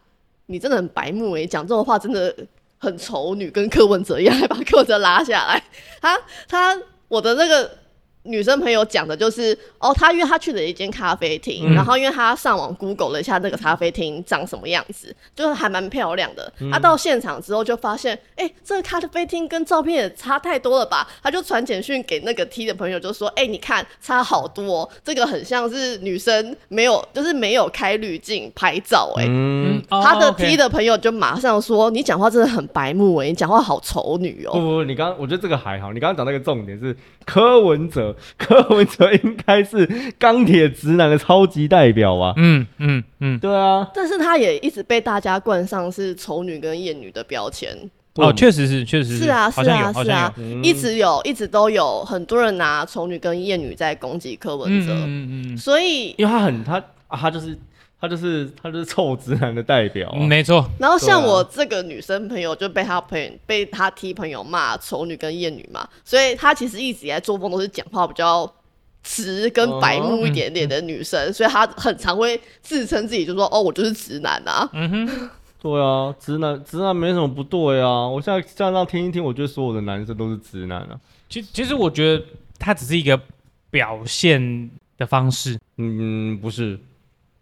C: 你真的很白目诶、欸讲这种话真的很丑女，跟柯文哲一样，还把柯文哲拉下来。她她我的那个女生朋友讲的就是，哦，她因为她去了一间咖啡厅，
D: 嗯
C: 然后因为她上网 Google 了一下那个咖啡厅长什么样子，就是还蛮漂亮的。她、到现场之后就发现，哎、这个咖啡厅跟照片也差太多了吧？她就传简讯给那个 T 的朋友，就说，哎、你看差好多、哦，这个很像是女生没有，就是没有开滤镜拍照、哎、
B: 嗯，
D: 嗯，哦
C: 她的
D: OK
C: T 的朋友就马上说：“你讲话真的很白目哎、你讲话好丑女哦、
D: 嗯
B: 不不不，你刚刚我觉得这个还好，你刚刚讲到一个重点是柯文哲， 柯文哲应该是钢铁直男的超级代表吧？
D: 嗯嗯嗯，
B: 对啊，
C: 但是她也一直被大家冠上是丑女跟厌女的标签。
D: 哦，确实是，确实
C: 是啊，
D: 好
C: 是
D: 像有，
C: 啊，
D: 好
C: 是
D: 像有嗯
C: 啊，，一直有，一直都有很多人拿丑女跟厌女在攻击柯文
D: 嗯
C: 哲，
D: 嗯嗯
C: 所以。
B: 因为他很他啊，他就是他就是他就是臭直男的代表啊、
D: 嗯，没错，
C: 然后像
B: 对啊
C: 我这个女生朋友就被她朋友被她 T 朋友骂丑女跟厌女嘛，所以她其实一直以来作风都是讲话比较直跟白目一点点的女生，所以她很常会自称自己就说哦我就是直男啊，
D: 嗯哼，
B: 对啊，直男直男没什么不对啊。我现在这样听一听，我觉得所有的男生都是直男啊。
D: 其其实我觉得它只是一个表现的方式，
B: 嗯，不是，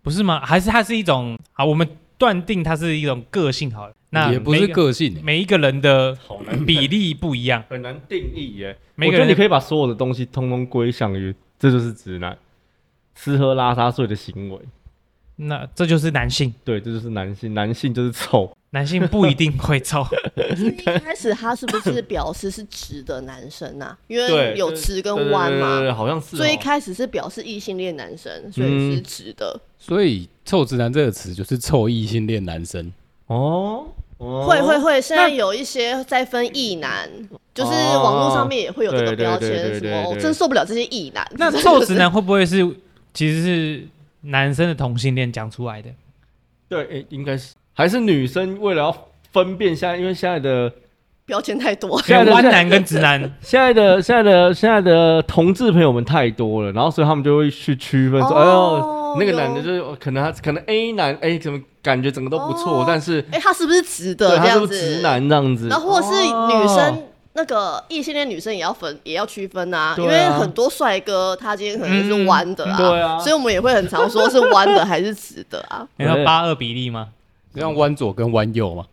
D: 不是吗？还是它是一种好，我们断定它是一种个性好了，那
A: 也不
D: 每
A: 是
D: 一
A: 个性、欸，
D: 每一个人的
B: 好难
D: 比例不一样，
B: 很难定义耶。
D: 每
B: 我觉
D: 个
B: 得
D: 人
B: 你可以把所有的东西通通归向于这就是直男，吃喝拉撒睡的行为。
D: 那这就是男性，
B: 对，这就是男性，男性就是臭。
D: 男性不一定 会臭，
B: 嗯
C: 是一开始他是不是表示是直的男生呐、因为
B: 对
C: 有
B: 就是
C: 直跟弯嘛，
B: 对，好像是哦
C: 所以一开始是表示异性恋男生，所以
B: 嗯
C: 是直的，
A: 所以“臭直男”这个词就是臭异性恋男生。
B: 哦，哦
C: 会会会。现在有一些在分异男，就是网络上面也会有这个
B: 哦
C: 标签，
B: 对对对对
C: 什
B: 对
C: 么
B: 对
C: 我真受不了这些异男。
D: 那
C: 就是
D: 臭直男会不会是其实是男生的同性恋讲出 来的？
B: 对，诶应该是还是女生为了要分辨现在，因为现在的
C: 标签太多，
B: 现在的
D: 弯男跟直男，。
B: 现在的现在的现在的同志朋友们太多了，然后所以他们就会去区分说，
C: 哦
B: 哎呦，那个男
C: 有
B: 的就是可能他可能 A 男，哎、怎么感觉整个都不错，
C: 哦
B: 但是
C: 哎、他是不是直
B: 对
C: 的这
B: 他是
C: 样
B: 不
C: 子？
B: 是直男这样子，
C: 然后或者是女
B: 哦
C: 生。那个异性恋女生也要分，也要区分啊，
B: 对
C: 因
B: 啊
C: 为很多帅哥他今天可能是弯的啊，
B: 嗯对啊
C: 所以我们也会很常说是弯的还是直的 啊
D: 你说八二比例吗？
A: 像弯左跟弯右嘛，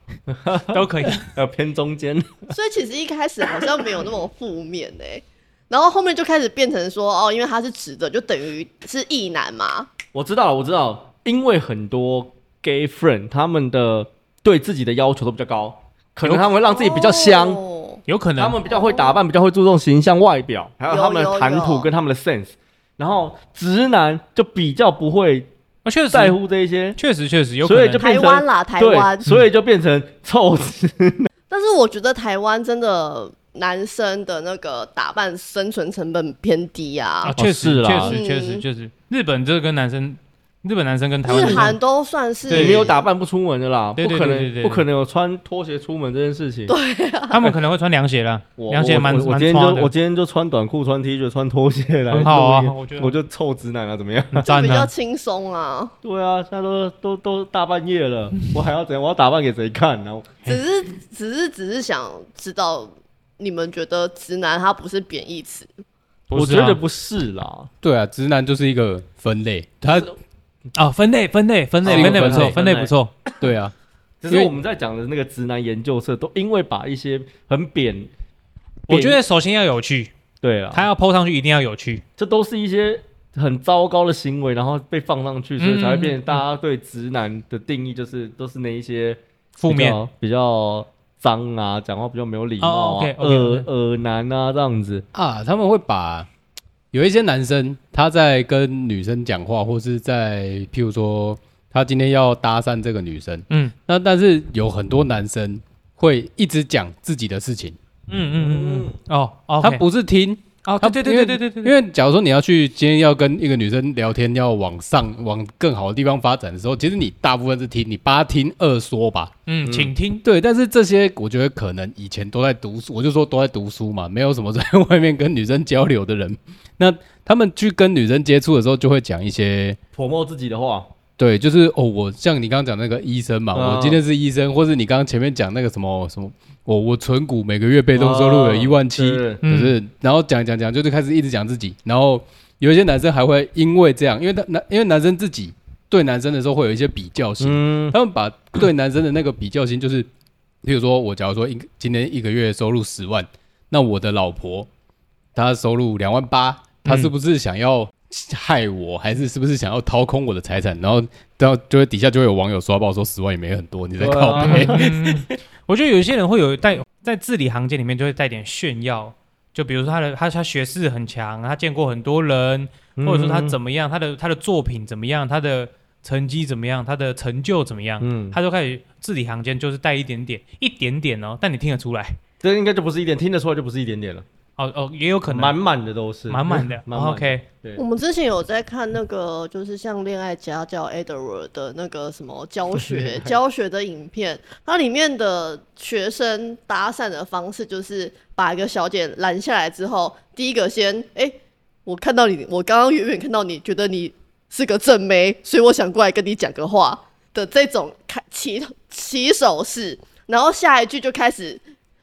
D: 都可以。
B: 呃偏中间，
C: 所以其实一开始好像没有那么负面哎、然后后面就开始变成说哦，因为他是直的，就等于是异男嘛。
B: 我知道了，我知道了，因为很多 gay friend 他们的对自己的要求都比较高，可能他们会让自己比较香。
C: 哦
D: 有可
B: 他
D: 能
B: 们比较会打扮，比较会注重形象外表，还有
C: 有
B: 他们的谈
C: 有有
B: 吐跟他们的 sense。然后直男就比较不会
D: 啊，确
B: 在
D: 实，
B: 乎这一些，
D: 确实，确实有可
B: 所以
D: 能。
B: 就变
C: 台
B: 成
C: 湾啦，台湾
B: 对，。所以就变成臭 直。
C: 但是我觉得台湾真的男生的那个打扮生存成本偏低啊
D: 啊，，确
B: 哦是
D: 实，确
B: 啦
D: 实，确实，
C: 嗯
D: 确实，日本这个跟男生，日本男生跟台湾
C: 日
D: 女
C: 韩
D: 生，
C: 都算是
B: 你没有打扮不出门的啦，
D: 对
B: 不
D: 对
B: 可
D: 对对对
B: 能
D: 对
B: 不可能有穿拖鞋出门这件事情。
D: 他们可能会穿凉鞋啦，
B: 我
D: 凉鞋蛮
B: 我我
D: 蛮
B: 今天
D: 穿
B: 就我
D: 的，
B: 今天就穿短裤、穿 T 恤、穿拖鞋来录
D: 很
B: 音，
D: 好啊，我觉得
B: 我就臭直男啊，怎么样？
D: 很
C: 就
D: 赞
C: 比较
D: 啊。
C: 轻松啊。
B: 对啊，现在都都都大半夜 了，我还要怎样？我要打扮给谁看呢？
C: 只是
B: 哎
C: 只是只是想知道你们觉得直男他不是贬义词，
B: 我
D: 不是
B: 觉
D: 啊
B: 得不是啦，
A: 对啊，直男就是一个分类，他
D: 啊，分类，分类，分类，
A: 哦
D: 分类不错，分
B: 分
D: 类
B: 类
D: 不错。
A: 对啊，
B: 只
A: 因
B: 是
A: 为
B: 我们在讲的那个直男研究社，都因为把一些很扁，
D: 我觉得首先要有趣，
B: 对啊，
D: 他要 PO 上去一定要有趣。
B: 这都是一些很糟糕的行为，然后被放上去，所以才会变
D: 嗯
B: 成大家对直男的定义就是都是那一些
D: 负
B: 比
D: 面
B: 较比较脏啊，讲话比较没有礼貌啊
D: 哦，
B: 恶
D: ，OK，OK，OK
B: 恶男啊这样子。
A: 啊，他们会把有一些男生他在跟女生讲话，或是在譬如说他今天要搭讪这个女生，
D: 嗯，
A: 那但是有很多男生会一直讲自己的事情，
D: 嗯嗯嗯嗯，哦哦，
A: 他不是听。
D: 哦，
A: 他
D: 对对
A: 因为
D: 对对对对
A: 因
D: 对，
A: 为假如说你要去今天要跟一个女生聊天，要往上往更好的地方发展的时候，其实你大部分是听你八听二说吧。
D: 嗯，请听，
A: 对，但是这些我觉得可能以前都在读书，我就说都在读书嘛，没有什么在外面跟女生交流的 人，那他们去跟女生接触的时候，就会讲一些。
B: 泼墨自己的话，
A: 对，就是哦，我像你刚刚讲那个医生嘛，
B: 嗯
A: 我今天是医生，或是你刚刚前面讲那个什么什么，我我存股每个月被动收入有
B: 哦
A: 一万七、
B: 对对对
A: 可是，然后讲讲讲，就是开始一直讲自己，然后有一些男生还会因为这样，因为他男因为男生自己对男生的时候会有一些比较心，
B: 嗯，
A: 他们把对男生的那个比较心，就是，比如说我假如说一今天一个月收入十万，那我的老婆她收入两万八，她是不是想要害我，还是是不是想要掏空我的财产？然后到就会底下就会有网友刷爆说十万也没很多，你在
B: 对啊
A: 靠背。
D: 嗯，我觉得有一些人会有带在字里行间里面就会带点炫耀，就比如说他的他他学识很强，他见过很多人，
B: 嗯
D: 或者说他怎么样，他的他的作品怎么样，他的成绩怎么样，他的成就怎么样，
B: 嗯，
D: 他就开始字里行间就是带一点点一点点哦，但你听得出来
B: 这应该就不是一点，听得出来就不是一点点了，
D: 哦哦，也有可
B: 满
D: 能
B: 满的都是，
D: 满 满的哦
B: 满满的
D: OK，
C: 我们之前有在看那个，就是像恋爱家叫 Edward 的那个什么教学教学的影片，它里面的学生搭讪的方式就是把一个小姐拦下来之后，第一个先哎、诶我看到你，我刚刚远远看到你，觉得你是个正妹，所以我想过来跟你讲个话的这种开起起手式，然后下一句就开始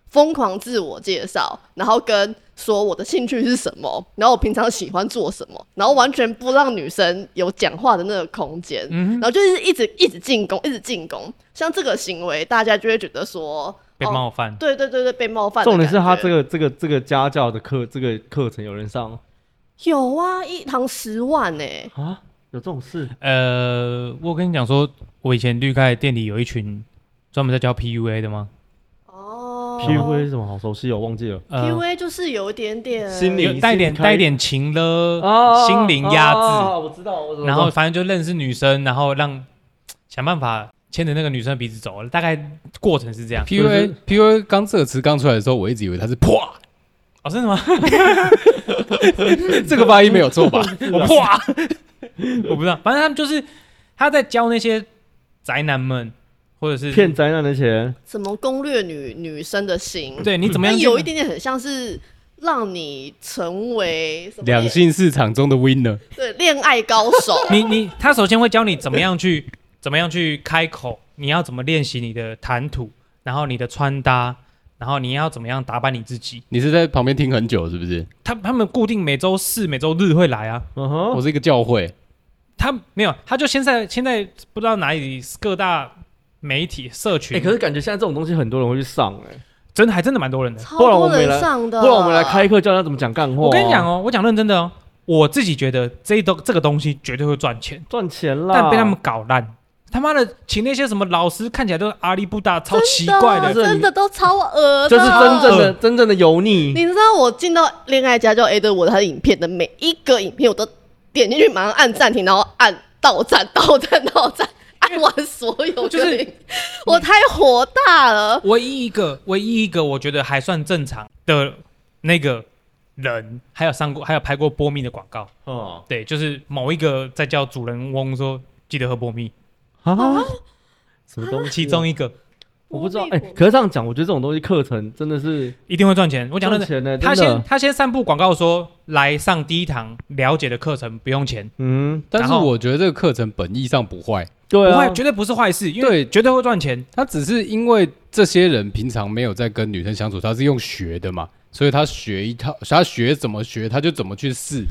C: 疯狂自我介绍，然后跟说我的兴趣是什么，然后我平常喜欢做什么，然后完全不让女生有讲话的那个空间，然后就是一直一直进攻，一直进攻。像这个行为，大家就会觉得说
D: 被
C: 哦，
D: 冒犯，
C: 对对对对，被冒犯的
B: 重
C: 感觉。
B: 点是他这个这个这个家教的课这个课程有人上吗
C: 有啊，一堂十万欸呢、
B: 啊？有这种事？
D: 呃，我跟你讲说，我以前绿盖店里有一群专门在教 PUA 的吗？
C: 哦
B: PUA 是什么好熟悉哦，忘记了。
D: 呃
C: PUA 就是有一点点
B: 心理
D: 有带点
B: 心开
D: 带点情了，
B: 哦
D: 心灵压制，
B: 哦我知道，我知道
D: 然后反正就认识女生，然后让想办法牵着那个女生的鼻子走，大概过程是这样。
A: PUA PUA 刚这个词刚出来的时候，我一直以为它是 啪，
D: 哦，真的吗？
A: 这个发音没有错吧？
D: 我啪，我不知道，反正他们就是他在教那些宅男们，或者是
B: 骗灾难的钱，
C: 怎么攻略女女生的心，
D: 对你怎么
C: 那
D: 样去
C: 有一点点很像是让你成为什么
A: 两性市场中的 winner，
C: 对恋爱高手。
D: 你你他首先会教你怎么样去怎么样去开口，你要怎么练习你的谈吐，然后你的穿搭，然后你要怎么样打扮你自己。
A: 你是在旁边听很久是不是？
D: 他他们固定每周四、每周日会来啊。
B: 嗯
A: 我
B: 哼，
A: 是一个教会，
D: 他没有，他就现在现在不知道哪里各大媒体社群，
B: 哎，可是感觉现在这种东西很多人会去上，哎，
D: 真的还真的蛮多人的。
C: 超
B: 不然我
C: 多
B: 们
C: 人
B: 来
C: 上
B: 不
C: 的，
B: 然我们来开课教他怎么讲干货。
D: 我跟你讲，哦，我讲认真的哦，我自己觉得这一东这个东西绝对会赚钱，
B: 赚钱啦，
D: 但被他们搞烂。他妈的，请那些什么老师看起来都是阿里不达，超奇怪的。
B: 这
C: 真的都超恶的，
B: 这是真正的
D: 哦
B: 真正的油腻。
C: 你知道我进到恋爱家教 A 的我的他的影片的每一个影片，我都点进去马上按暂停，然后按到站到站 到站，按完所有
D: 就是
C: 的影片我太火大了。
D: 唯一一个，唯一一个我觉得还算正常的那个人，还有上过，还有拍过波蜜的广告。
B: 哦
D: 对，就是某一个在叫主人翁说记得喝波蜜，
B: 啊，什么东西？
D: 其中一个
B: 我不知道。
C: 我
B: 哎，
C: 被
B: 可是这样讲，我觉得这种东西课程真的是
D: 一定会赚钱。我讲
B: 赚
D: 的
B: 钱呢，欸
D: 他
B: 真的
D: 先他先散布广告说来上第一堂了解的课程不用钱，
B: 嗯，
A: 但是
D: 然后
A: 我觉得这个课程本意上不坏，
B: 对
D: 不
B: 啊
D: 会，绝对不是坏事，因为
A: 对
D: 绝对会赚钱。
A: 他只是因为这些人平常没有在跟女生相处，他是用学的嘛，所以他学一套，他学怎么学，他就怎么去试。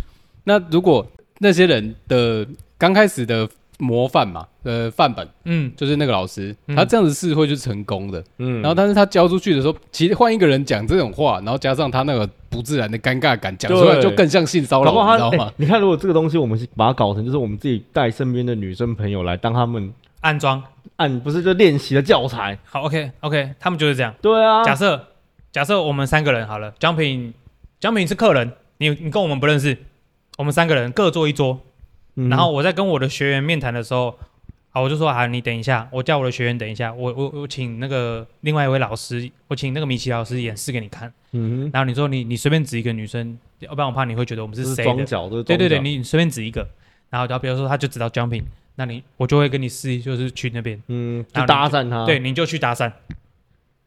A: 那如果那些人的刚开始的模范嘛，呃，范本
D: 嗯，
A: 就是那个老师，
D: 嗯
A: 他这样子试会是成功的。
B: 嗯
A: 然后，但是他教出去的时候，其实换一个人讲这种话，然后加上他那个不自然的尴尬感，讲出来
B: 对
A: 就更像性骚
B: 搞不
A: 扰，
B: 好
A: 你知道
B: 他、
A: 吗
B: 哎？你看，如果这个东西我们把它搞成，就是我们自己带身边的女生朋友来当他们
D: 安装
B: 按，不是就练习的教材？
D: 好，OK OK，他们就是这样。
B: 对啊，
D: 假设假设我们三个人好了，奖品奖品是客人，你你跟我们不认识，我们三个人各坐一桌，
B: 嗯
D: 然后我在跟我的学员面谈的时候，啊，好，我就说啊，你等一下，我叫我的学员等一下，我我我请那个另外一位老师，我请那个米奇老师演示给你看。
B: 嗯哼，
D: 然后你说你你随便指一个女生，要不然我怕你会觉得我们
B: 这
D: 是谁
B: 装
D: 的。
B: 脚，这是
D: 对对对，
B: 装脚，
D: 你你随便指一个，然后然后比如说他就指到 jumping，那你我就会跟你示意，就是去那边，
B: 嗯，
D: 然
B: 就搭
D: 后
B: 讪他，
D: 对，，你就去搭讪，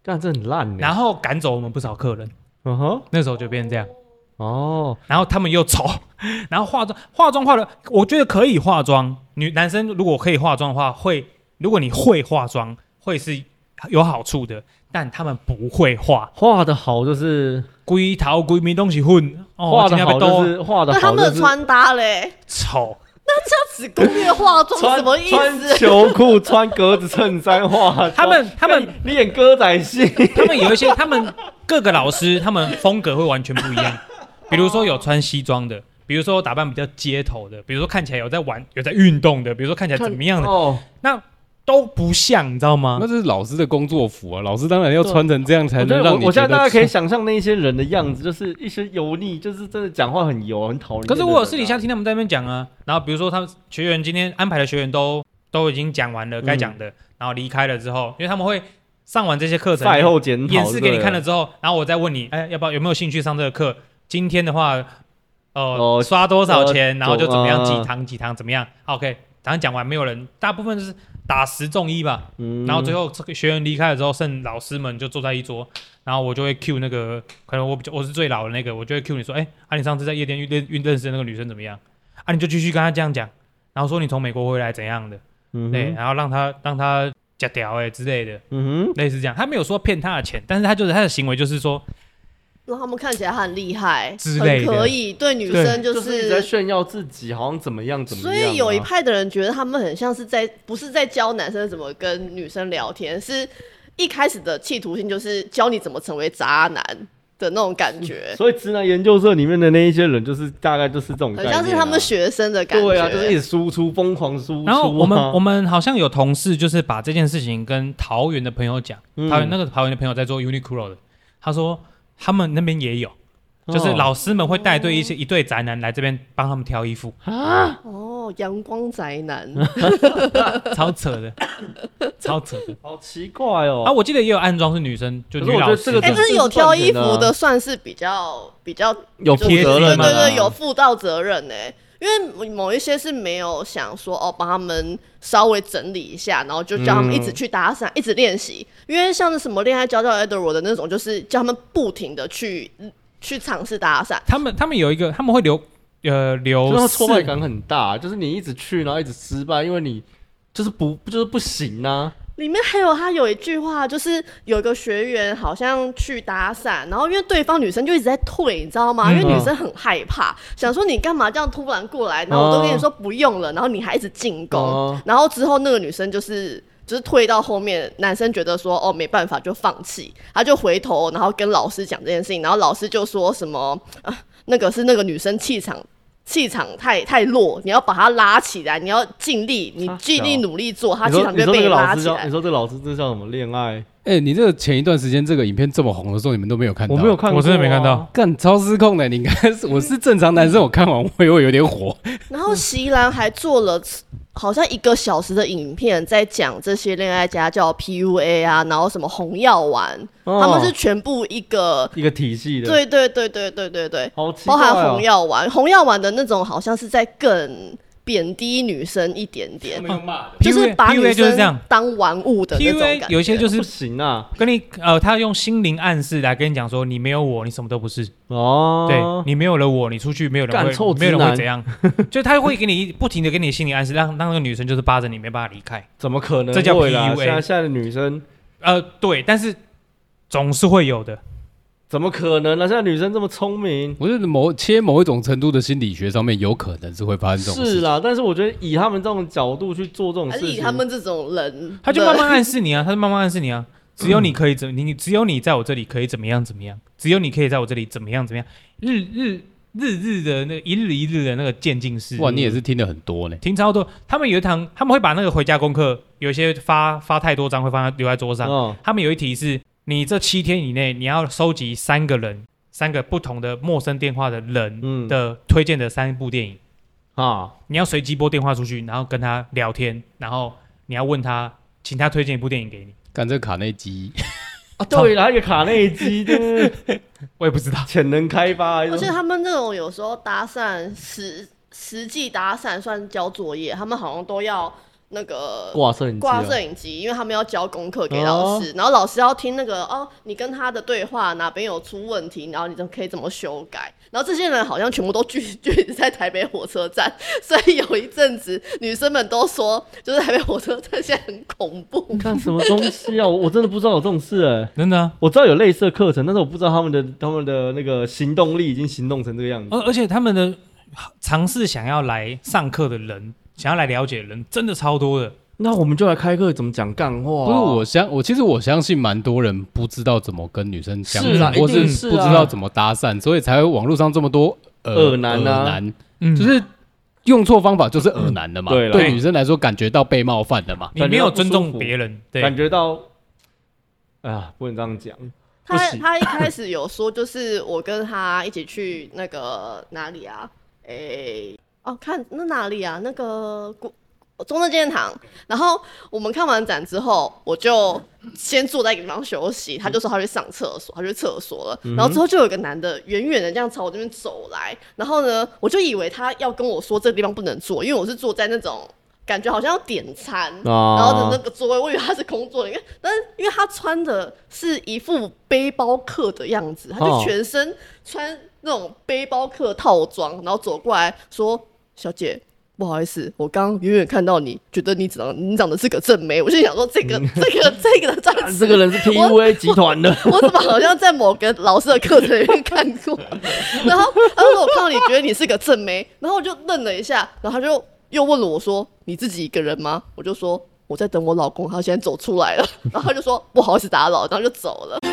B: 干这很烂呢。
D: 然后赶走我们不少客人。
B: 嗯哼，
D: 那时候就变成这样，
B: 哦，
D: 然后他们又丑， 然后化妆化妆化的，我觉得可以化妆。女男生如果可以化妆的话，会如果你会化妆，会是有好处的。但他们不会化，
B: 画的好就是
D: 龟头龟没东西混，哦，
B: 画
D: 今
B: 的
D: 天
B: 好就
D: 被逗
B: 是画的
C: 那他
B: 好
C: 们的
B: 就是
C: 穿搭嘞，
D: 丑，
C: 只攻略化妆什么意
B: 穿
C: 思？
B: 球裤、穿格子衬衫、画妆
D: 他们他们
B: 干你演歌仔 戏，
D: 他们有一些，他们各个老师他们风格会完全不一 样。比如说有穿西装的，比如说打扮比较街头的，比如说看起来有在玩、有在运动的，比如说看起来怎么样的，
B: 哦，
D: 都不像，你知道吗
A: 那？是老师的工作服啊，老师当然要穿成这样才
B: 我觉
A: 能
B: 得
A: 让
B: 哦我
A: 你
B: 我现
A: 觉
B: 在
A: 得
B: 大概可以
A: 穿
B: 想象那一些人的样子， 就是一些油腻，就是真的讲话很油，很讨人厌的人啊。
D: 可是我有私底下听他们在那边讲啊，然后比如说他们学员今天安排的学员都都已经讲完了该讲的，然后离开了之后，因为他们会上完这些课程
B: 赛后检讨，
D: 演示给你看了
B: 对
D: 之后，然后我再问你，哎，要不要有没有兴趣上这个课？今天的话，呃，
B: 哦
D: 刷多少钱，
B: 呃
D: 然后就怎么样
B: 走
D: 几
B: 啊
D: 堂几堂怎么样好？OK，堂讲完没有人，大部分就是打十中一吧。
B: 不对，嗯
D: 然后最后这个学员离开了之后，剩老师们就坐在一桌，然后我就会 Q 那个，可能我比较我是最老的那个，我就会 Q 你说，哎、啊你上次在夜店遇认遇认识的那个女生怎么样？啊你就继续跟她这样讲，然后说你从美国回来怎样的，
B: 嗯哼
D: 对，然后让她让她假屌哎之类的，
B: 嗯哼，
D: 类似这样，他没有说骗他的钱，但是他就是他的行为就是说，
C: 让他们看起来很厉害，
D: 之类
C: 很
D: 的
C: 可以，对女
D: 对
C: 生就
B: 就是一直在炫耀自己，好像怎么样怎么
C: 所
B: 样啊。
C: 以有一派的人觉得他们很像是在不是在教男生怎么跟女生聊天，是一开始的企图性就是教你怎么成为渣男的那种感觉，
B: 所以直男研究社里面的那一些人，就是大概就是这种概
C: 很
B: 念啊，
C: 像是他们学生的感觉。
B: 对啊，就是一直输出，疯狂输出啊。
D: 然后我们我们好像有同事就是把这件事情跟桃园的朋友讲，
B: 嗯
D: 桃园那个桃园的朋友在做 Uniqlo 的，他说他们那边也有，就是
B: 哦
D: 老师们会带队一些一对宅男来这边帮他们挑 衣服，
B: 啊
C: 哦，阳光宅男，
D: 超扯的，超扯的。
B: 好奇怪哦
D: 啊，，我记得也有暗装是女生，就
B: 可是
D: 女
B: 我觉
D: 老
B: 得
D: 师
B: 这个
D: 这
C: 哎、
D: 样
B: 真的
C: 这是有挑衣 服的，算
B: 啊
C: 是比较比较
B: 有啊
C: 就是
D: 负责任啊
C: 对
D: 的
C: 对
B: 啦
C: 对，有负到责任呢、因为某一些是没有想说哦，帮他们稍微整理一下，然后就叫他们一
D: 嗯
C: 直去搭讪，一直练习。因为像是什么恋爱教教 Edward 的那种，就是叫他们不停的去去尝试搭讪。
D: 他们他们有一个他们会留呃
B: 就是他
D: 留
B: 挫败
D: 四
B: 感很大，就是你一直去，然后一直失败，因为你就是不就是不行啊。
C: 里面还有他有一句话，就是有一个学员好像去搭讪，然后因为对方女生就一直在退，你知道吗？
D: 嗯
C: 因为女生很害怕，想说你干嘛这样突然过来？然后我
D: 哦
C: 都跟你说不用了，然后你还一直进攻，
B: 哦
C: 然后之后那个女生就是。就是退到后面，男生觉得说哦没办法就放弃，他就回头然后跟老师讲这件事情，然后老师就说什么啊那个是那个女生气场气场太太弱，你要把她拉起来，你要尽力你
B: 啊
C: 尽力
B: 是哦
C: 努力做，她
B: 你
C: 气
B: 说
C: 场
B: 你
C: 就
B: 说
C: 会
B: 这
C: 被
B: 个
C: 拉
B: 老师
C: 起
B: 叫
C: 来
B: 你。说嗯这个老师这叫什么恋爱？
A: 哎、你这个前一段时间这个影片这么红的时候，你们都没有看到？
B: 我没有看过啊，
D: 我真的没看到
A: 干超失控的，你应该是我是正常男生，我看完我也会有点火。
C: 然后席兰还做了好像一个小时的影片，在讲这些恋爱家教 PUA 啊，然后什么红药丸，
B: 哦，
C: 他们是全部一个，
B: 一个体系的，，
C: 对对对对对对对，
B: 好奇怪
C: 包
B: 哦
C: 含红药丸，红药丸的那种好像是在更贬低女生一点点，
D: 哦
A: 用骂的，
C: 就是把
D: PUA
C: 女
D: 就是这
C: 生
D: 样
C: 当玩物的那种感
D: PUA 有一些
C: 觉。
D: 就是
B: 不行啊，
D: 跟你呃，他用心灵暗示来跟你讲说，你没有我，你什么都不是。对
B: 哦，
D: 你没有了我，你出去没有人
B: 干臭
D: 会，
B: 直
D: 没有人
B: 男
D: 会 怎样？就他会给你不停的给你心理暗示，让让那个女生就是扒着你没办法离开。
B: 怎么可能？
D: 这叫
B: 会啦
D: PUA
B: 现在现在的女生
D: 呃，对，但是总是会有的。
B: 怎么可能啊呢、现在女生这么聪明，
A: 我觉得某切某一种程度的心理学上面，有可能是会发生这种事。
B: 是啦，但是我觉得以他们这种角度去做这种
C: 还
B: 事
C: 是以
B: 情，
C: 啊他们这种人，
D: 他就慢慢暗示 你啊，他就慢慢暗示你啊。只有你可以怎你你只有你在我这里可以怎么样怎么样，只有你可以在我这里怎么样怎么样，日日日日的那个一日一日的那个渐进式。
A: 哇，你也是听了很多呢。
D: 听超多，他们有一堂他们会把那个回家功课，有一些发发太多张会放在留在桌上。
B: 嗯，
D: 他们有一题是你这七天以内你要收集三个人，三个不同的陌生电话的人
B: 嗯
D: 的推荐的三部电影，
B: 啊，
D: 你要随机拨电话出去，然后跟他聊天，然后。你要问他，请他推荐一部电影给你。
A: 干这卡内基，
B: 啊，对了，还有一个卡内基 的
D: 我也不知道，
B: 潜能开发，还是
C: 而且
B: 什么
C: 他们那种有时候搭讪实实际搭讪算交作业，他们好像都要那个
B: 挂摄影机啊哦
C: 挂摄影机，因为他们要交功课给老师，然后老师要听那个哦，你跟他的对话哪边有出问题，然后你就可以怎么修改。然后这些人好像全部都聚 聚集在台北火车站， 所以有一阵子女生们都说，就是台北火车站现在很恐怖。
B: 看什么东西啊？我我真的不知道有这种事哎、
D: 真的啊。
B: 我知道有类似的课程，但是我不知道他们的他们的那个行动力已经行动成这个样子。
D: 而而且他们的尝试想要来上课的人，想要来了解的人，真的超多的。
B: 那我们就来开课，怎么讲干话、啊
A: 不是我相我其实我相信蛮多人不知道怎么跟女生相处，
B: 是啦一定
A: 或是
B: 是啊
A: 不知道怎么搭讪，所以才会网络上这么多呃
B: 恶男啊
A: 恶男
D: 嗯
A: 就是用错方法就是恶男的嘛，
B: 嗯对啦
A: 对女生来说感觉到被冒犯的嘛，
D: 你没有尊重别人，
B: 感
D: 对，
B: 觉到，哎呀，不能这样讲。
C: 他
B: 不行
C: 他一开始有说，就是我跟他一起去那个哪里啊？诶、哦，看那哪里啊？那个国中正纪念堂。然后我们看完展之后，我就先坐在一个地方休息。他就说他去上厕所，他去厕所了。然后之后就有个男的远远的这样朝我这边走来，然后呢，我就以为他要跟我说这个地方不能坐，因为我是坐在那种。感觉好像要点餐，
B: 啊
C: 然后的那个座位，我以为他是工作人员，但是因为他穿的是一副背包客的样子，他就
B: 哦
C: 全身穿那种背包客套装，然后走过来说：“小姐，不好意思，我刚远远看到你，觉得你长得你长得是个正妹。”我就想说，这 个这个这个的
B: 啊
C: 钻石，
B: 这个人是 PUA 集团的，
C: 我怎么好像在某个老师的课程里面看过？ 然后他说我看到你觉得你是个正妹，然后我就愣了一下，然后他就又问了我说你自己一个人吗？我就说我在等我老公，他现在走出来了，然后他就说不好意思打扰，然后就走了。